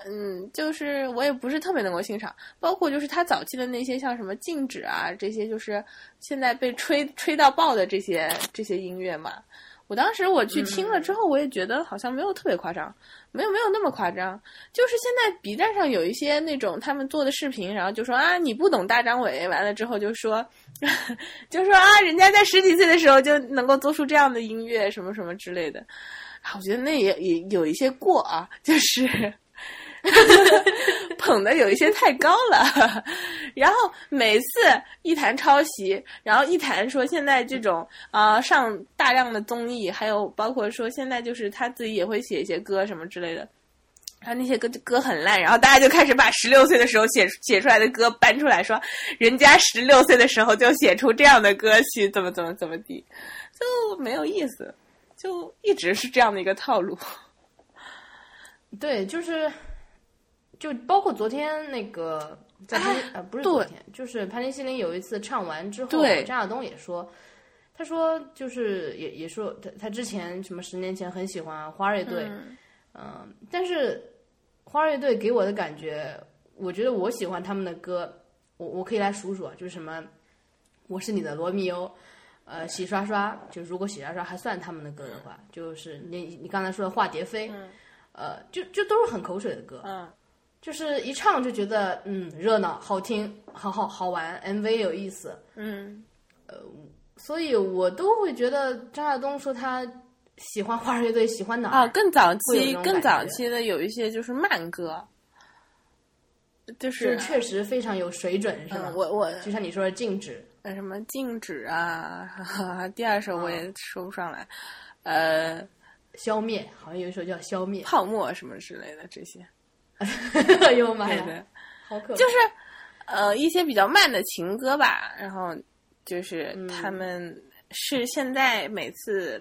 嗯，就是我也不是特别能够欣赏，包括就是他早期的那些像什么静止啊这些，就是现在被吹吹到爆的这些这些音乐嘛。我当时我去听了之后，我也觉得好像没有特别夸张，没有没有那么夸张。就是现在 B 站上有一些那种他们做的视频，然后就说啊你不懂大张伟，完了之后就说 就说啊人家在十几岁的时候就能够做出这样的音乐什么什么之类的。啊，我觉得那也也有一些过啊，就是 捧的有一些太高了。然后每次一谈抄袭，然后一谈说现在这种啊、呃上大量的综艺，还有包括说现在就是他自己也会写一些歌什么之类的。然后那些歌歌很烂，然后大家就开始把十六岁的时候写写出来的歌搬出来说，人家十六岁的时候就写出这样的歌去，怎么怎么怎么地，就没有意思，就一直是这样的一个套路。
对，就是就包括昨天那个在潘、呃不是昨天，就是潘金西林有一次唱完之后，
对
张亚东也说，他说就是也也说他他之前什么十年前很喜欢花儿乐 队，嗯、但是花儿乐队给我的感觉，我觉得我喜欢他们的歌，我我可以来数数啊，就是什么我是你的罗密欧。呃，洗刷刷，就如果洗刷刷还算他们的歌的话，就是你你刚才说的《化蝶飞》，呃，就就都是很口水的歌，
嗯，
就是一唱就觉得嗯热闹、好听、好好好玩，MV 有意思，
嗯，
所以我都会觉得张亚东说他喜欢花儿乐队，喜欢哪儿？
啊，更早
会有这
期
种
更
感
早
觉
期的有一些就是慢歌，就
就是
是嗯
确实非常有水准，是吗？
我我
就像你说的静止，
呃什么静止啊， 第二首我也说不上来，呃，
消灭，好像有一首叫消 灭，
泡沫什么之类的这些，
哎呦妈
对
呀，
对，
好可怕！
就是呃一些比较慢的情歌吧，然后就是
嗯
他们是现在每次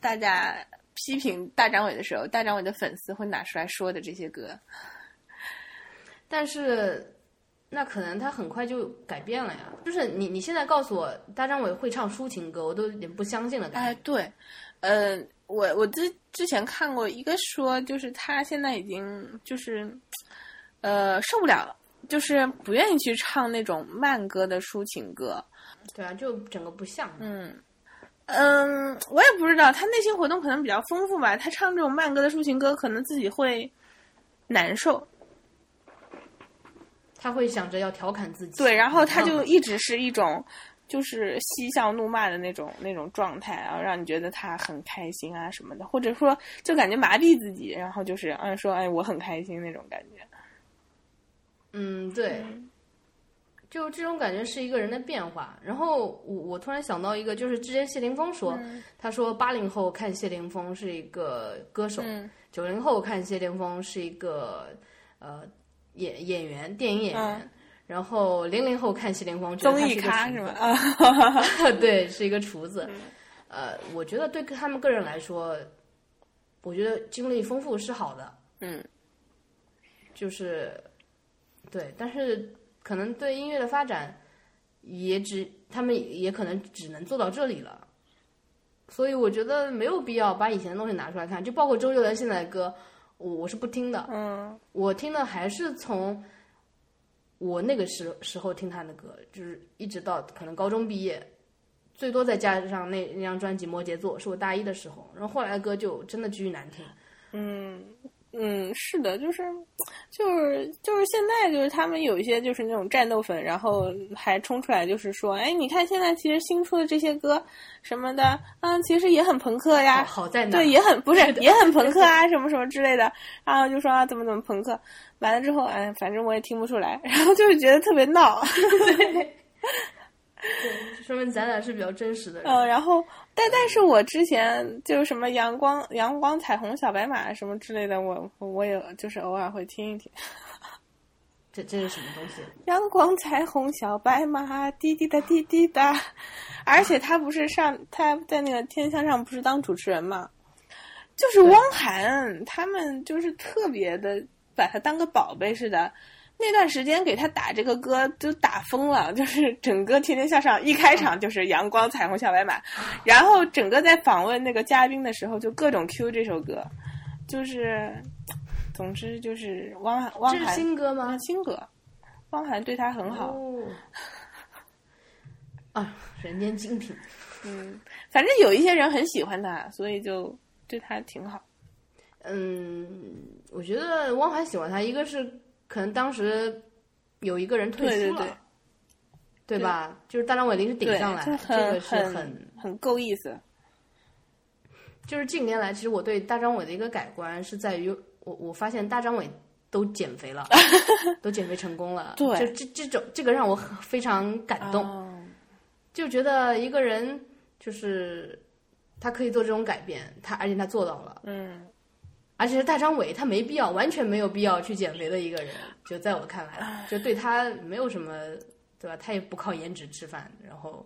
大家批评大张伟的时候，大张伟的粉丝会拿出来说的这些歌，
但是那可能他很快就改变了呀。就是你你现在告诉我大张伟会唱抒情歌，我都有点不相信了，感觉。
哎，对，嗯、我我之之前看过一个说，就是他现在已经就是，呃，受不了了，就是不愿意去唱那种慢歌的抒情歌。
对啊，就整个不像。
嗯，我也不知道，他内心活动可能比较丰富吧。他唱这种慢歌的抒情歌，可能自己会难受。
他会想着要调侃自己。
对，然后他
嗯
就一直是一种就是嬉笑怒骂的那种那种状态，然后让你觉得他很开心啊什么的，或者说就感觉麻痹自己，然后就是嗯说哎我很开心那种感觉。
嗯，对，就这种感觉是一个人的变化。然后我我突然想到一个，就是之前谢霆锋说，
嗯
他说八零后看谢霆锋是一个歌手，
嗯
九零、后看谢霆锋是一个呃演演员、电影演员，然后零零后看谢霆锋觉得
嗯综
他
艺
一个
咖
厨
是
子
吗？啊，
对，是一个厨子。
嗯
呃，我觉得对他们个人来说，我觉得经历丰富是好的。
嗯，
就是对，但是可能对音乐的发展，也只他们也可能只能做到这里了。所以我觉得没有必要把以前的东西拿出来看，就包括周杰伦现在的歌，我我是不听的。
嗯，
我听的还是从我那个时时候听他的歌，就是一直到可能高中毕业，最多再加上那那张专辑《摩羯座》，是我大一的时候。然后后来的歌就真的巨难听。
嗯，是的，就是，就是，就是现在就是他们有一些就是那种战斗粉，然后还冲出来就是说，哎，你看现在其实新出的这些歌什么的，啊，其实也很朋克呀，
好在哪？
哎对，也很不是也很朋克啊，什么什么之类的，然后就说啊怎么怎么朋克，完了之后，哎，反正我也听不出来，然后就是觉得特别闹，
说明咱俩是比较真实的人。
嗯，然后但但是我之前就是什么阳光阳光彩虹小白马什么之类的，我我也就是偶尔会听一听。
这这是什么东西？
阳光彩虹小白马，滴滴答滴滴答。而且他不是上他在那个天香上不是当主持人嘛，就是汪涵他们就是特别的把他当个宝贝似的。那段时间给他打这个歌都打疯了，就是整个《天天向上》一开场就是《阳光彩虹小白马》，然后整个在访问那个嘉宾的时候就各种 Q 这首歌，就是，总之就是汪涵汪
这是
涵
新歌吗？
新歌，汪涵对他很好。
哦。 啊，人间精品。
嗯，反正有一些人很喜欢他，所以就对他挺好。
嗯，我觉得汪涵喜欢他，一个是可能当时有一个人退
对对
出了，
对
对吧？就是大张伟临时顶
对，
上来
就，
这
很
个是
很很够意思。
就是近年来，其实我对大张伟的一个改观是在于，我我发现大张伟都减肥了，都减肥成功了。
对
就这这种这个让我很非常感动，
哦
就觉得一个人就是他可以做这种改变，他而且他做到了，
嗯，
而且是大张伟，他没必要，完全没有必要去减肥的一个人，就在我看来，就对他没有什么，对吧？他也不靠颜值吃饭，然后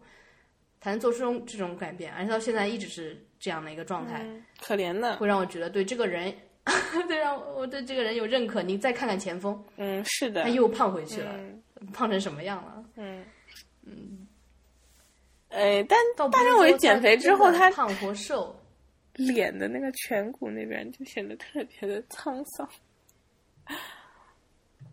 才能做出这种这种改变，而且到现在一直是这样的一个状态，
可怜呢。
会让我觉得对这个人， 对让我我对这个人有认可。你再看看前锋，
嗯，是的
他。又胖回去了，
嗯
胖成什么样了？
哎，但
嗯倒不
大
是
张伟
说他
减肥之
真的
后他
胖或瘦，
脸的那个颧骨那边就显得特别的沧桑。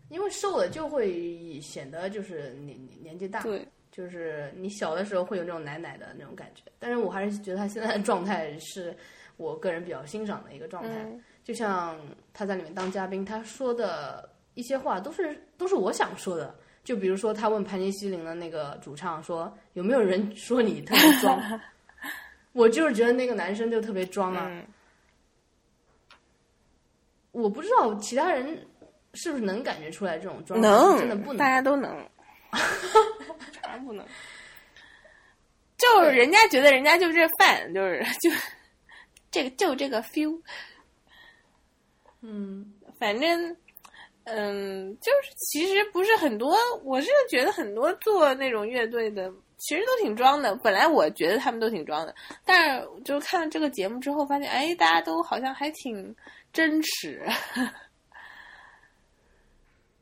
因为瘦了就会显得就是年年纪大，
对，
就是你小的时候会有那种奶奶的那种感觉，但是我还是觉得他现在的状态是我个人比较欣赏的一个状态。
嗯
就像他在里面当嘉宾，他说的一些话都是都是我想说的。就比如说他问盘尼西林的那个主唱说有没有人说你特别 装，我就是觉得那个男生就特别装啊。
嗯
我不知道其他人是不是能感觉出来这种装，啊
能，
真的不
大
能。
家都能，啥不能？ 就是人家觉得人家就这饭，就是就这个就这个 feel，
嗯，
反正嗯，就是其实不是很多，我是觉得很多做那种乐队的其实都挺装的。本来我觉得他们都挺装的，但是就是看了这个节目之后，发现哎，大家都好像还挺真实。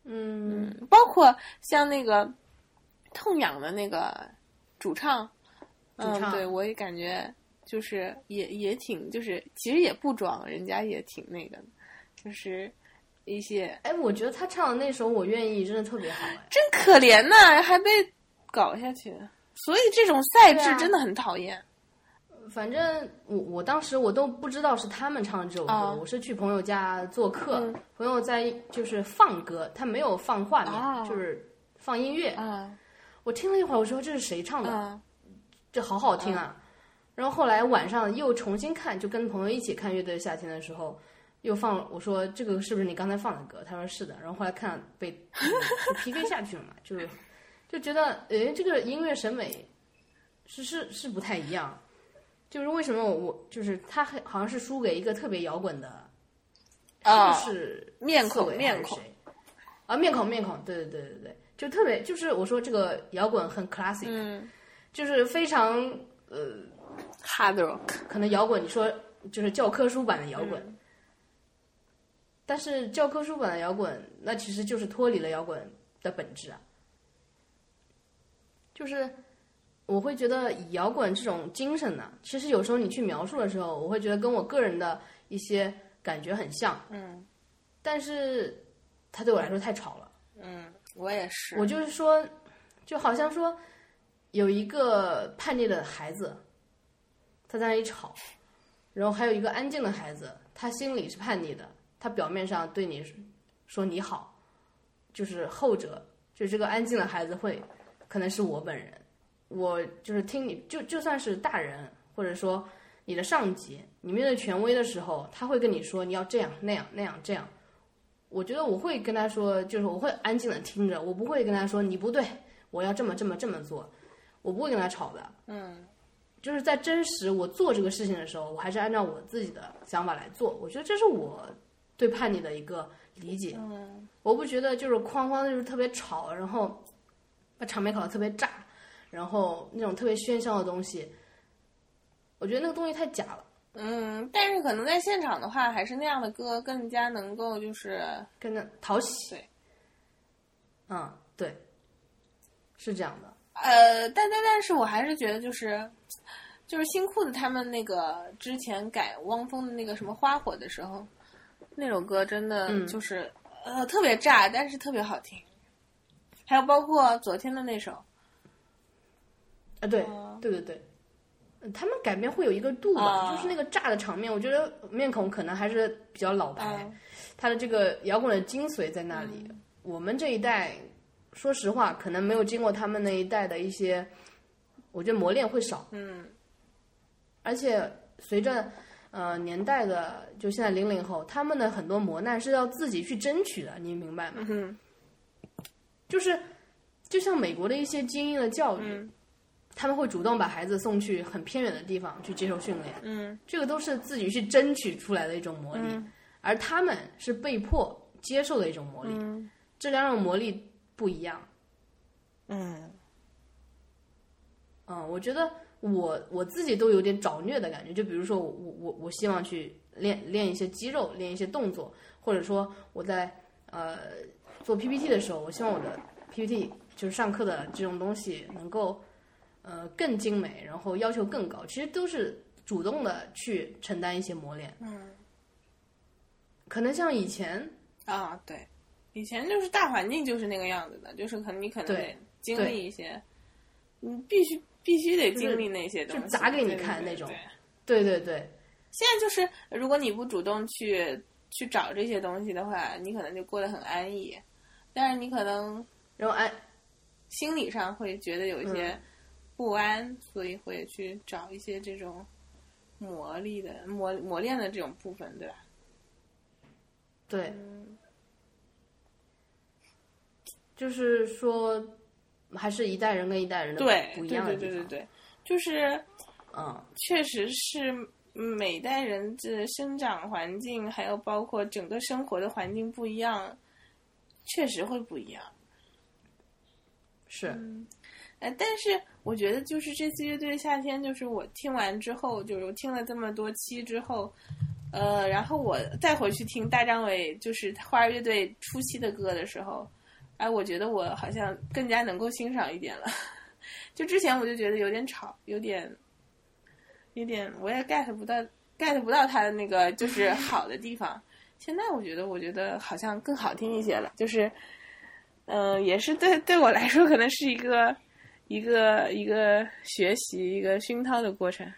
嗯，
包括像那个痛痒的那个主唱，
主唱
嗯，对我也感觉就是也也挺，就是其实也不装，人家也挺那个的，就是一些
哎，我觉得他唱的那首《我愿意》真的特别好，哎，
真可怜呐、还被搞下去，所以这种赛
对
制
啊
真的很讨厌。
反正我我当时我都不知道是他们唱这首歌，
啊
我是去朋友家做客，
嗯
朋友在就是放歌，他没有放画面，
啊
就是放音乐。
啊
我听了一会儿，我说这是谁唱的？
啊
这好好听啊！然后后来晚上又重新看，就跟朋友一起看《乐队夏天》的时候，又放了我说这个是不是你刚才放的歌？他说是的。然后后来看被就 PK 下去了嘛，就是就觉得诶，这个音乐审美是是是不太一样。就是为什么我我就是他很好像是输给一个特别摇滚的，
啊！
是
面孔
刺猬
面
还是
孔
谁啊面孔面孔，对对对对对，就特别就是我说这个摇滚很 classic，、
嗯
就是非常
，hard rock，
可能摇滚，你说就是教科书版的摇滚，但是教科书版的摇滚，那其实就是脱离了摇滚的本质啊。就是我会觉得以摇滚这种精神呢、其实有时候你去描述的时候，我会觉得跟我个人的一些感觉很像，
嗯
但是它对我来说太吵了。
嗯，我也是，
我就是说，就好像说有一个叛逆的孩子，他在那里吵，然后还有一个安静的孩子，他心里是叛逆的，他表面上对你说你好，就是后者，就这个安静的孩子会，可能是我本人，我就是听你就就算是大人，或者说你的上级，你面对权威的时候，他会跟你说你要这样那样那样这样。我觉得我会跟他说，就是我会安静的听着，我不会跟他说你不对，我要这么这么这么做，我不会跟他吵的。嗯，就是在真实我做这个事情的时候，我还是按照我自己的想法来做。我觉得这是我对叛逆的一个理解。嗯，我不觉得就是哐哐就是特别吵，然后把场面搞得特别炸，然后那种特别喧嚣的东西，我觉得那个东西太假了，
嗯，但是可能在现场的话，还是那样的歌更加能够就是
跟着讨喜。
对
嗯，对，是这样的。
呃，但但但是我还是觉得就是，就是新裤子他们那个之前改汪峰的那个什么花火的时候，那首歌真的
嗯
就是、呃特别炸，但是特别好听。还有包括昨天的那首，
啊，对
哦
对对对，嗯他们改编会有一个度吧，
啊
就是那个炸的场面，我觉得面孔可能还是比较老牌，
嗯
它的这个摇滚的精髓在那里。我们这一代，说实话，可能没有经过他们那一代的一些，我觉得磨练会少，
嗯
而且随着呃年代的，就现在零零后，他们的很多磨难是要自己去争取的，你明白吗？
嗯
就是就像美国的一些精英的教育，
嗯
他们会主动把孩子送去很偏远的地方去接受训练，
嗯
这个都是自己去争取出来的一种磨砺，
嗯
而他们是被迫接受的一种磨砺，
嗯
这两种磨砺不一样。
嗯
嗯，我觉得我我自己都有点找虐的感觉。就比如说我我我希望去练练一些肌肉，练一些动作，或者说我在呃做 PPT 的时候，我希望我的 PPT 就是上课的这种东西能够呃更精美，然后要求更高。其实都是主动的去承担一些磨练。嗯，可能像以前
啊，对，以前就是大环境就是那个样子的，就是可能你可能
对
得经
对
历一些，你必须必须得
是
经历那些
就
东西，
砸给你
对对
看
对
那种
对
对对对，
现在就是，如果你不主动去去找这些东西的话，你可能就过得很安逸，但是你可能
然后哎，
心理上会觉得有一些
嗯
不安，所以会去找一些这种磨砺的磨磨练的这种部分，对吧？
对，就是说，还是一代人跟一代人的
对，
不
对
一样的
对
地
对
方。
对对，就是
嗯，
确实是每代人的生长环境，还有包括整个生活的环境不一样，确实会不一样。
是，
哎，但是我觉得就是这次乐队夏天，就是我听完之后，就是我听了这么多期之后，呃，然后我再回去听大张伟就是花儿乐队初期的歌的时候，哎，我觉得我好像更加能够欣赏一点了。 就之前我就觉得有点吵，有点，有点，我也 get 不到 get 不到他的那个就是好的地方。现在我觉得，我觉得好像更好听一些了，就是，嗯、也是对对我来说，可能是一个一个一个学习、一个熏陶的过程。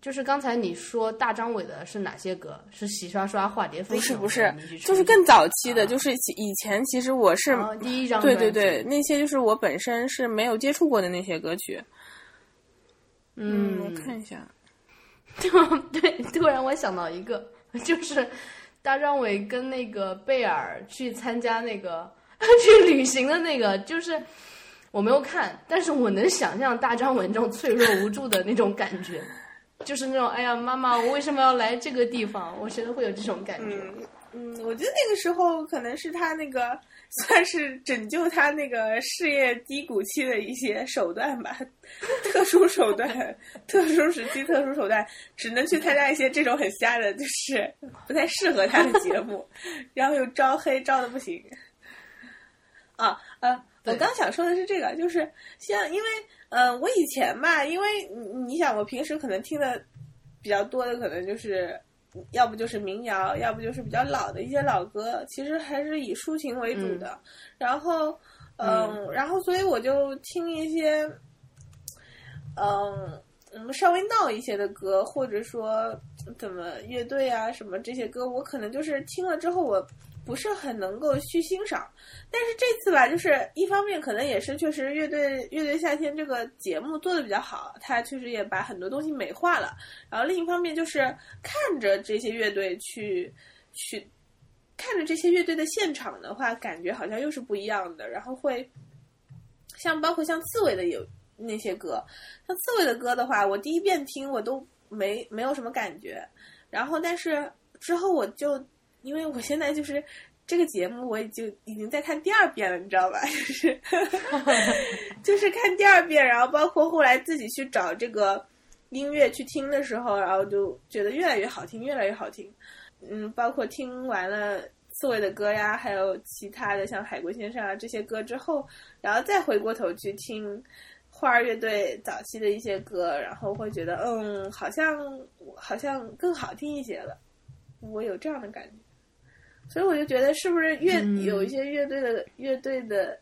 就是刚才你说大张伟的是哪些歌？是洗刷刷、化蝶飞
不是
行吗？
不是
你去，
就
重
是
新
更早期的，
啊
就是其以前其实我是、
哦第一张
对
专
对
辑，
对，那些就是我本身是没有接触过的那些歌曲。嗯，我看一下，
对，突然我想到一个， 就是大张伟跟那个贝尔去参加那个 去旅行的那个，就是我没有看，但是我能想象大张伟这种脆弱无助的那种感觉， 就是那种哎呀，妈妈，我为什么要来这个地方？我觉得会有这种感觉。
嗯，我觉得那个时候可能是他那个 算是拯救他那个事业低谷期的一些手段吧， 特殊手段，特殊时期特殊手段，只能去参加一些这种很瞎的，就是不太适合他的节目，然后又招黑招的不行。啊，呃，我
对
刚想说的是这个，就是像因为呃，我以前吧，因为你你想，我平时可能听的比较多的，可能就是要不就是民谣，要不就是比较老的一些老歌，其实还是以抒情为主的。然后，嗯，然后所以我就听一些，嗯。嗯，稍微闹一些的歌，或者说怎么乐队啊什么这些歌，我可能就是听了之后，我不是很能够去欣赏。但是这次吧，就是一方面可能也是确实乐队乐队夏天这个节目做的比较好，它确实也把很多东西美化了。然后另一方面就是看着这些乐队去去看着这些乐队的现场的话，感觉好像又是不一样的。然后会像包括像刺猬的有那些歌，像刺猬的歌的话，我第一遍听我都没没有什么感觉，然后但是之后我就因为我现在就是。这个节目我已经已经在看第二遍了，你知道吧？ 就是就是看第二遍，然后包括后来自己去找这个音乐去听的时候，然后就觉得越来越好听，越来越好听。嗯，包括听完了刺猬的歌呀，还有其他的像海龟先生啊这些歌之后，然后再回过头去听花儿乐队早期的一些歌，然后会觉得嗯，好像好像更好听一些了，我有这样的感觉。所以我就觉得，是不是乐、
嗯
有一些乐队的乐队的，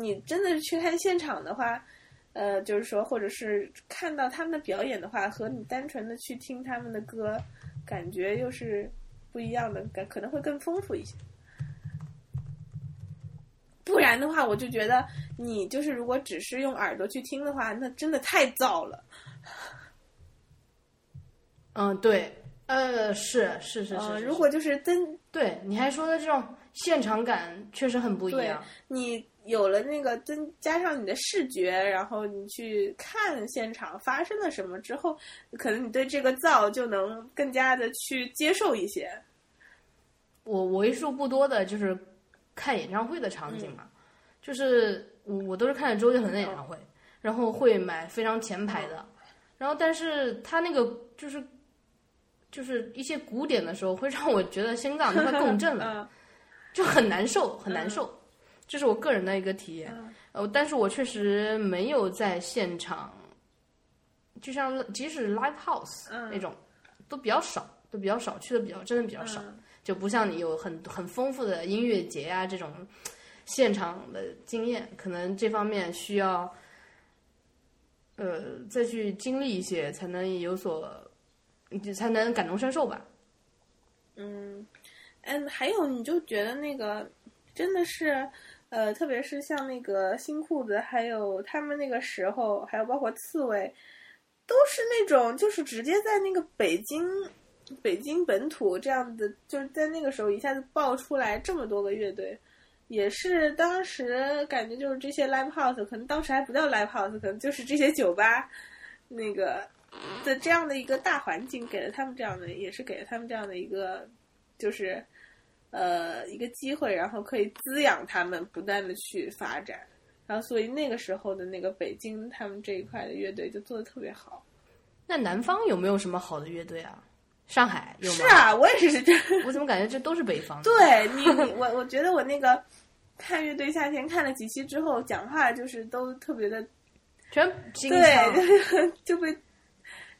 你真的去看现场的话，呃，就是说，或者是看到他们的表演的话，和你单纯的去听他们的歌，感觉又是不一样的，感可能会更丰富一些。不然的话，我就觉得你就是如果只是用耳朵去听的话，那真的太燥了。
嗯，对，呃，是是是是
嗯、
是
如果就是真
对你还说的这种现场感确实很不一
对
样。
你有了那个增加上你的视觉，然后你去看现场发生了什么之后，可能你对这个皂就能更加的去接受一些。
我我为数不多的就是看演唱会的场景嘛，就是我我都是看着周杰伦的演唱会，然后会买非常前排的，然后但是他那个就是就是一些鼓点的时候，会让我觉得心脏都快共振了，
嗯，
就很难受，很难受。这是我个人的一个体验，呃，但是我确实没有在现场，就像即使 live house 那种，都比较少，都比较少，去的比较真的比较少，就不像你有很很丰富的音乐节啊这种现场的经验，可能这方面需要，呃，再去经历一些，才能有所，才能感同身受吧。
嗯，还有你就觉得那个真的是，呃，特别是像那个新裤子，还有他们那个时候，还有包括刺猬，都是那种就是直接在那个北京。北京本土这样子，就是在那个时候一下子爆出来这么多个乐队，也是当时感觉就是这些 live house，可能当时还不叫 live house，可能就是这些酒吧，那个的这样的一个大环境，给了他们这样的，也是给了他们这样的一个就是呃一个机会，然后可以滋养他们不断的去发展。然后，所以那个时候的那个北京，他们这一块的乐队就做的特别好。
那南方有没有什么好的乐队啊？上海有吗？
是啊，我也是这样。
我怎么感觉这都是北方？
对你，你我我觉得我那个看乐队夏天看了几期之后，讲话就是都特别的，
全京
对，
腔，
就是就被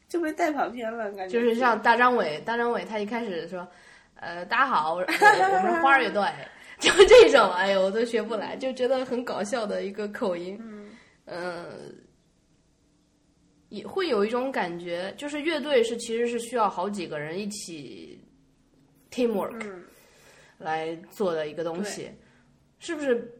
就被带跑偏了，感
就
觉
是像大张伟，大张伟他一开始说，呃，大家好，我我们是花儿乐队， 就这种，哎呦，我都学不来，就觉得很搞笑的一个口音，
嗯
嗯、也会有一种感觉，就是乐队是其实是需要好几个人一起 teamwork，
嗯，
来做的一个东西，是不是？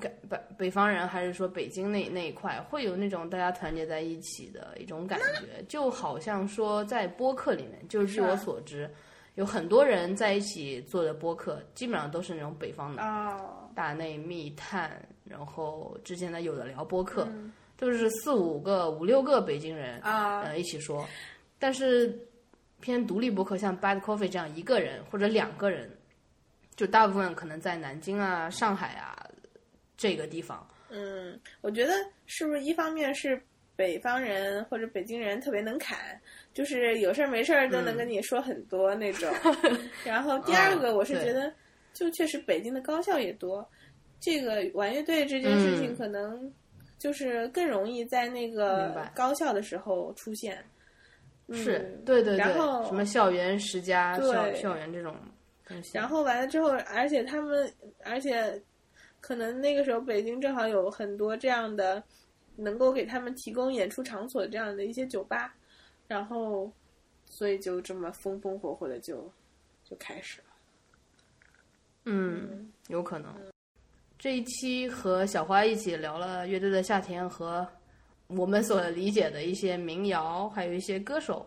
感北北方人还是说北京那那一块会有那种大家团结在一起的一种感觉，就好像说在播客里面，就是据
是啊
我所知，有很多人在一起做的播客，基本上都是那种北方的、
哦，
大内密探，然后之前的有的聊播客，都是四五个、五六个北京人
啊
呃一起说，但是偏独立博客，像 Bad Coffee 这样一个人或者两个人，就大部分可能在南京啊、上海啊这个地方。
嗯，我觉得是不是一方面是北方人或者北京人特别能侃，就是有事儿没事儿都能跟你说很多那 种。然后第二个，
嗯
我是
对
觉得，就确实北京的高校也多，这个玩乐队这件事情
嗯
可能就是更容易在那
明
个
白
高校的时候出现。嗯
是对对对
然，后
什么校园十佳、
对
校校园这种东西。
然后完了之后，而且他们，而且可能那个时候北京正好有很多这样的，能够给他们提供演出场所这样的一些酒吧，然后所以就这么风风火火的就就开始了。
嗯，有可能。这一期和小花一起聊了乐队的夏天和我们所理解的一些民谣，还有一些歌手，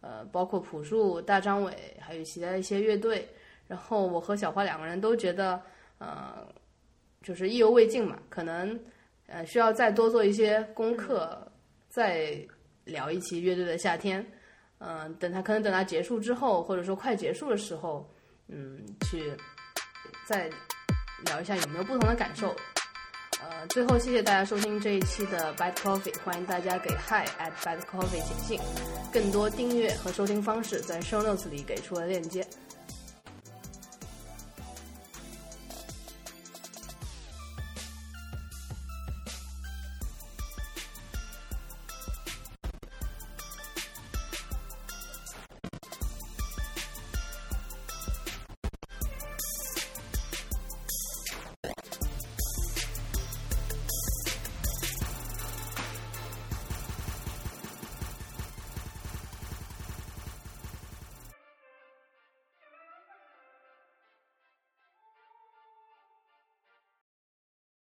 呃，包括朴树、大张伟，还有其他一些乐队。然后我和小花两个人都觉得，呃，就是意犹未尽嘛，可能呃需要再多做一些功课，再聊一期乐队的夏天。嗯、等它可能等它结束之后，或者说快结束的时候，嗯，去再聊一下有没有不同的感受。呃，最后谢谢大家收听这一期的 Bad Coffee，欢迎大家给 Hi at Bad Coffee 写信。更多订阅和收听方式在 Show Notes 里给出了链接。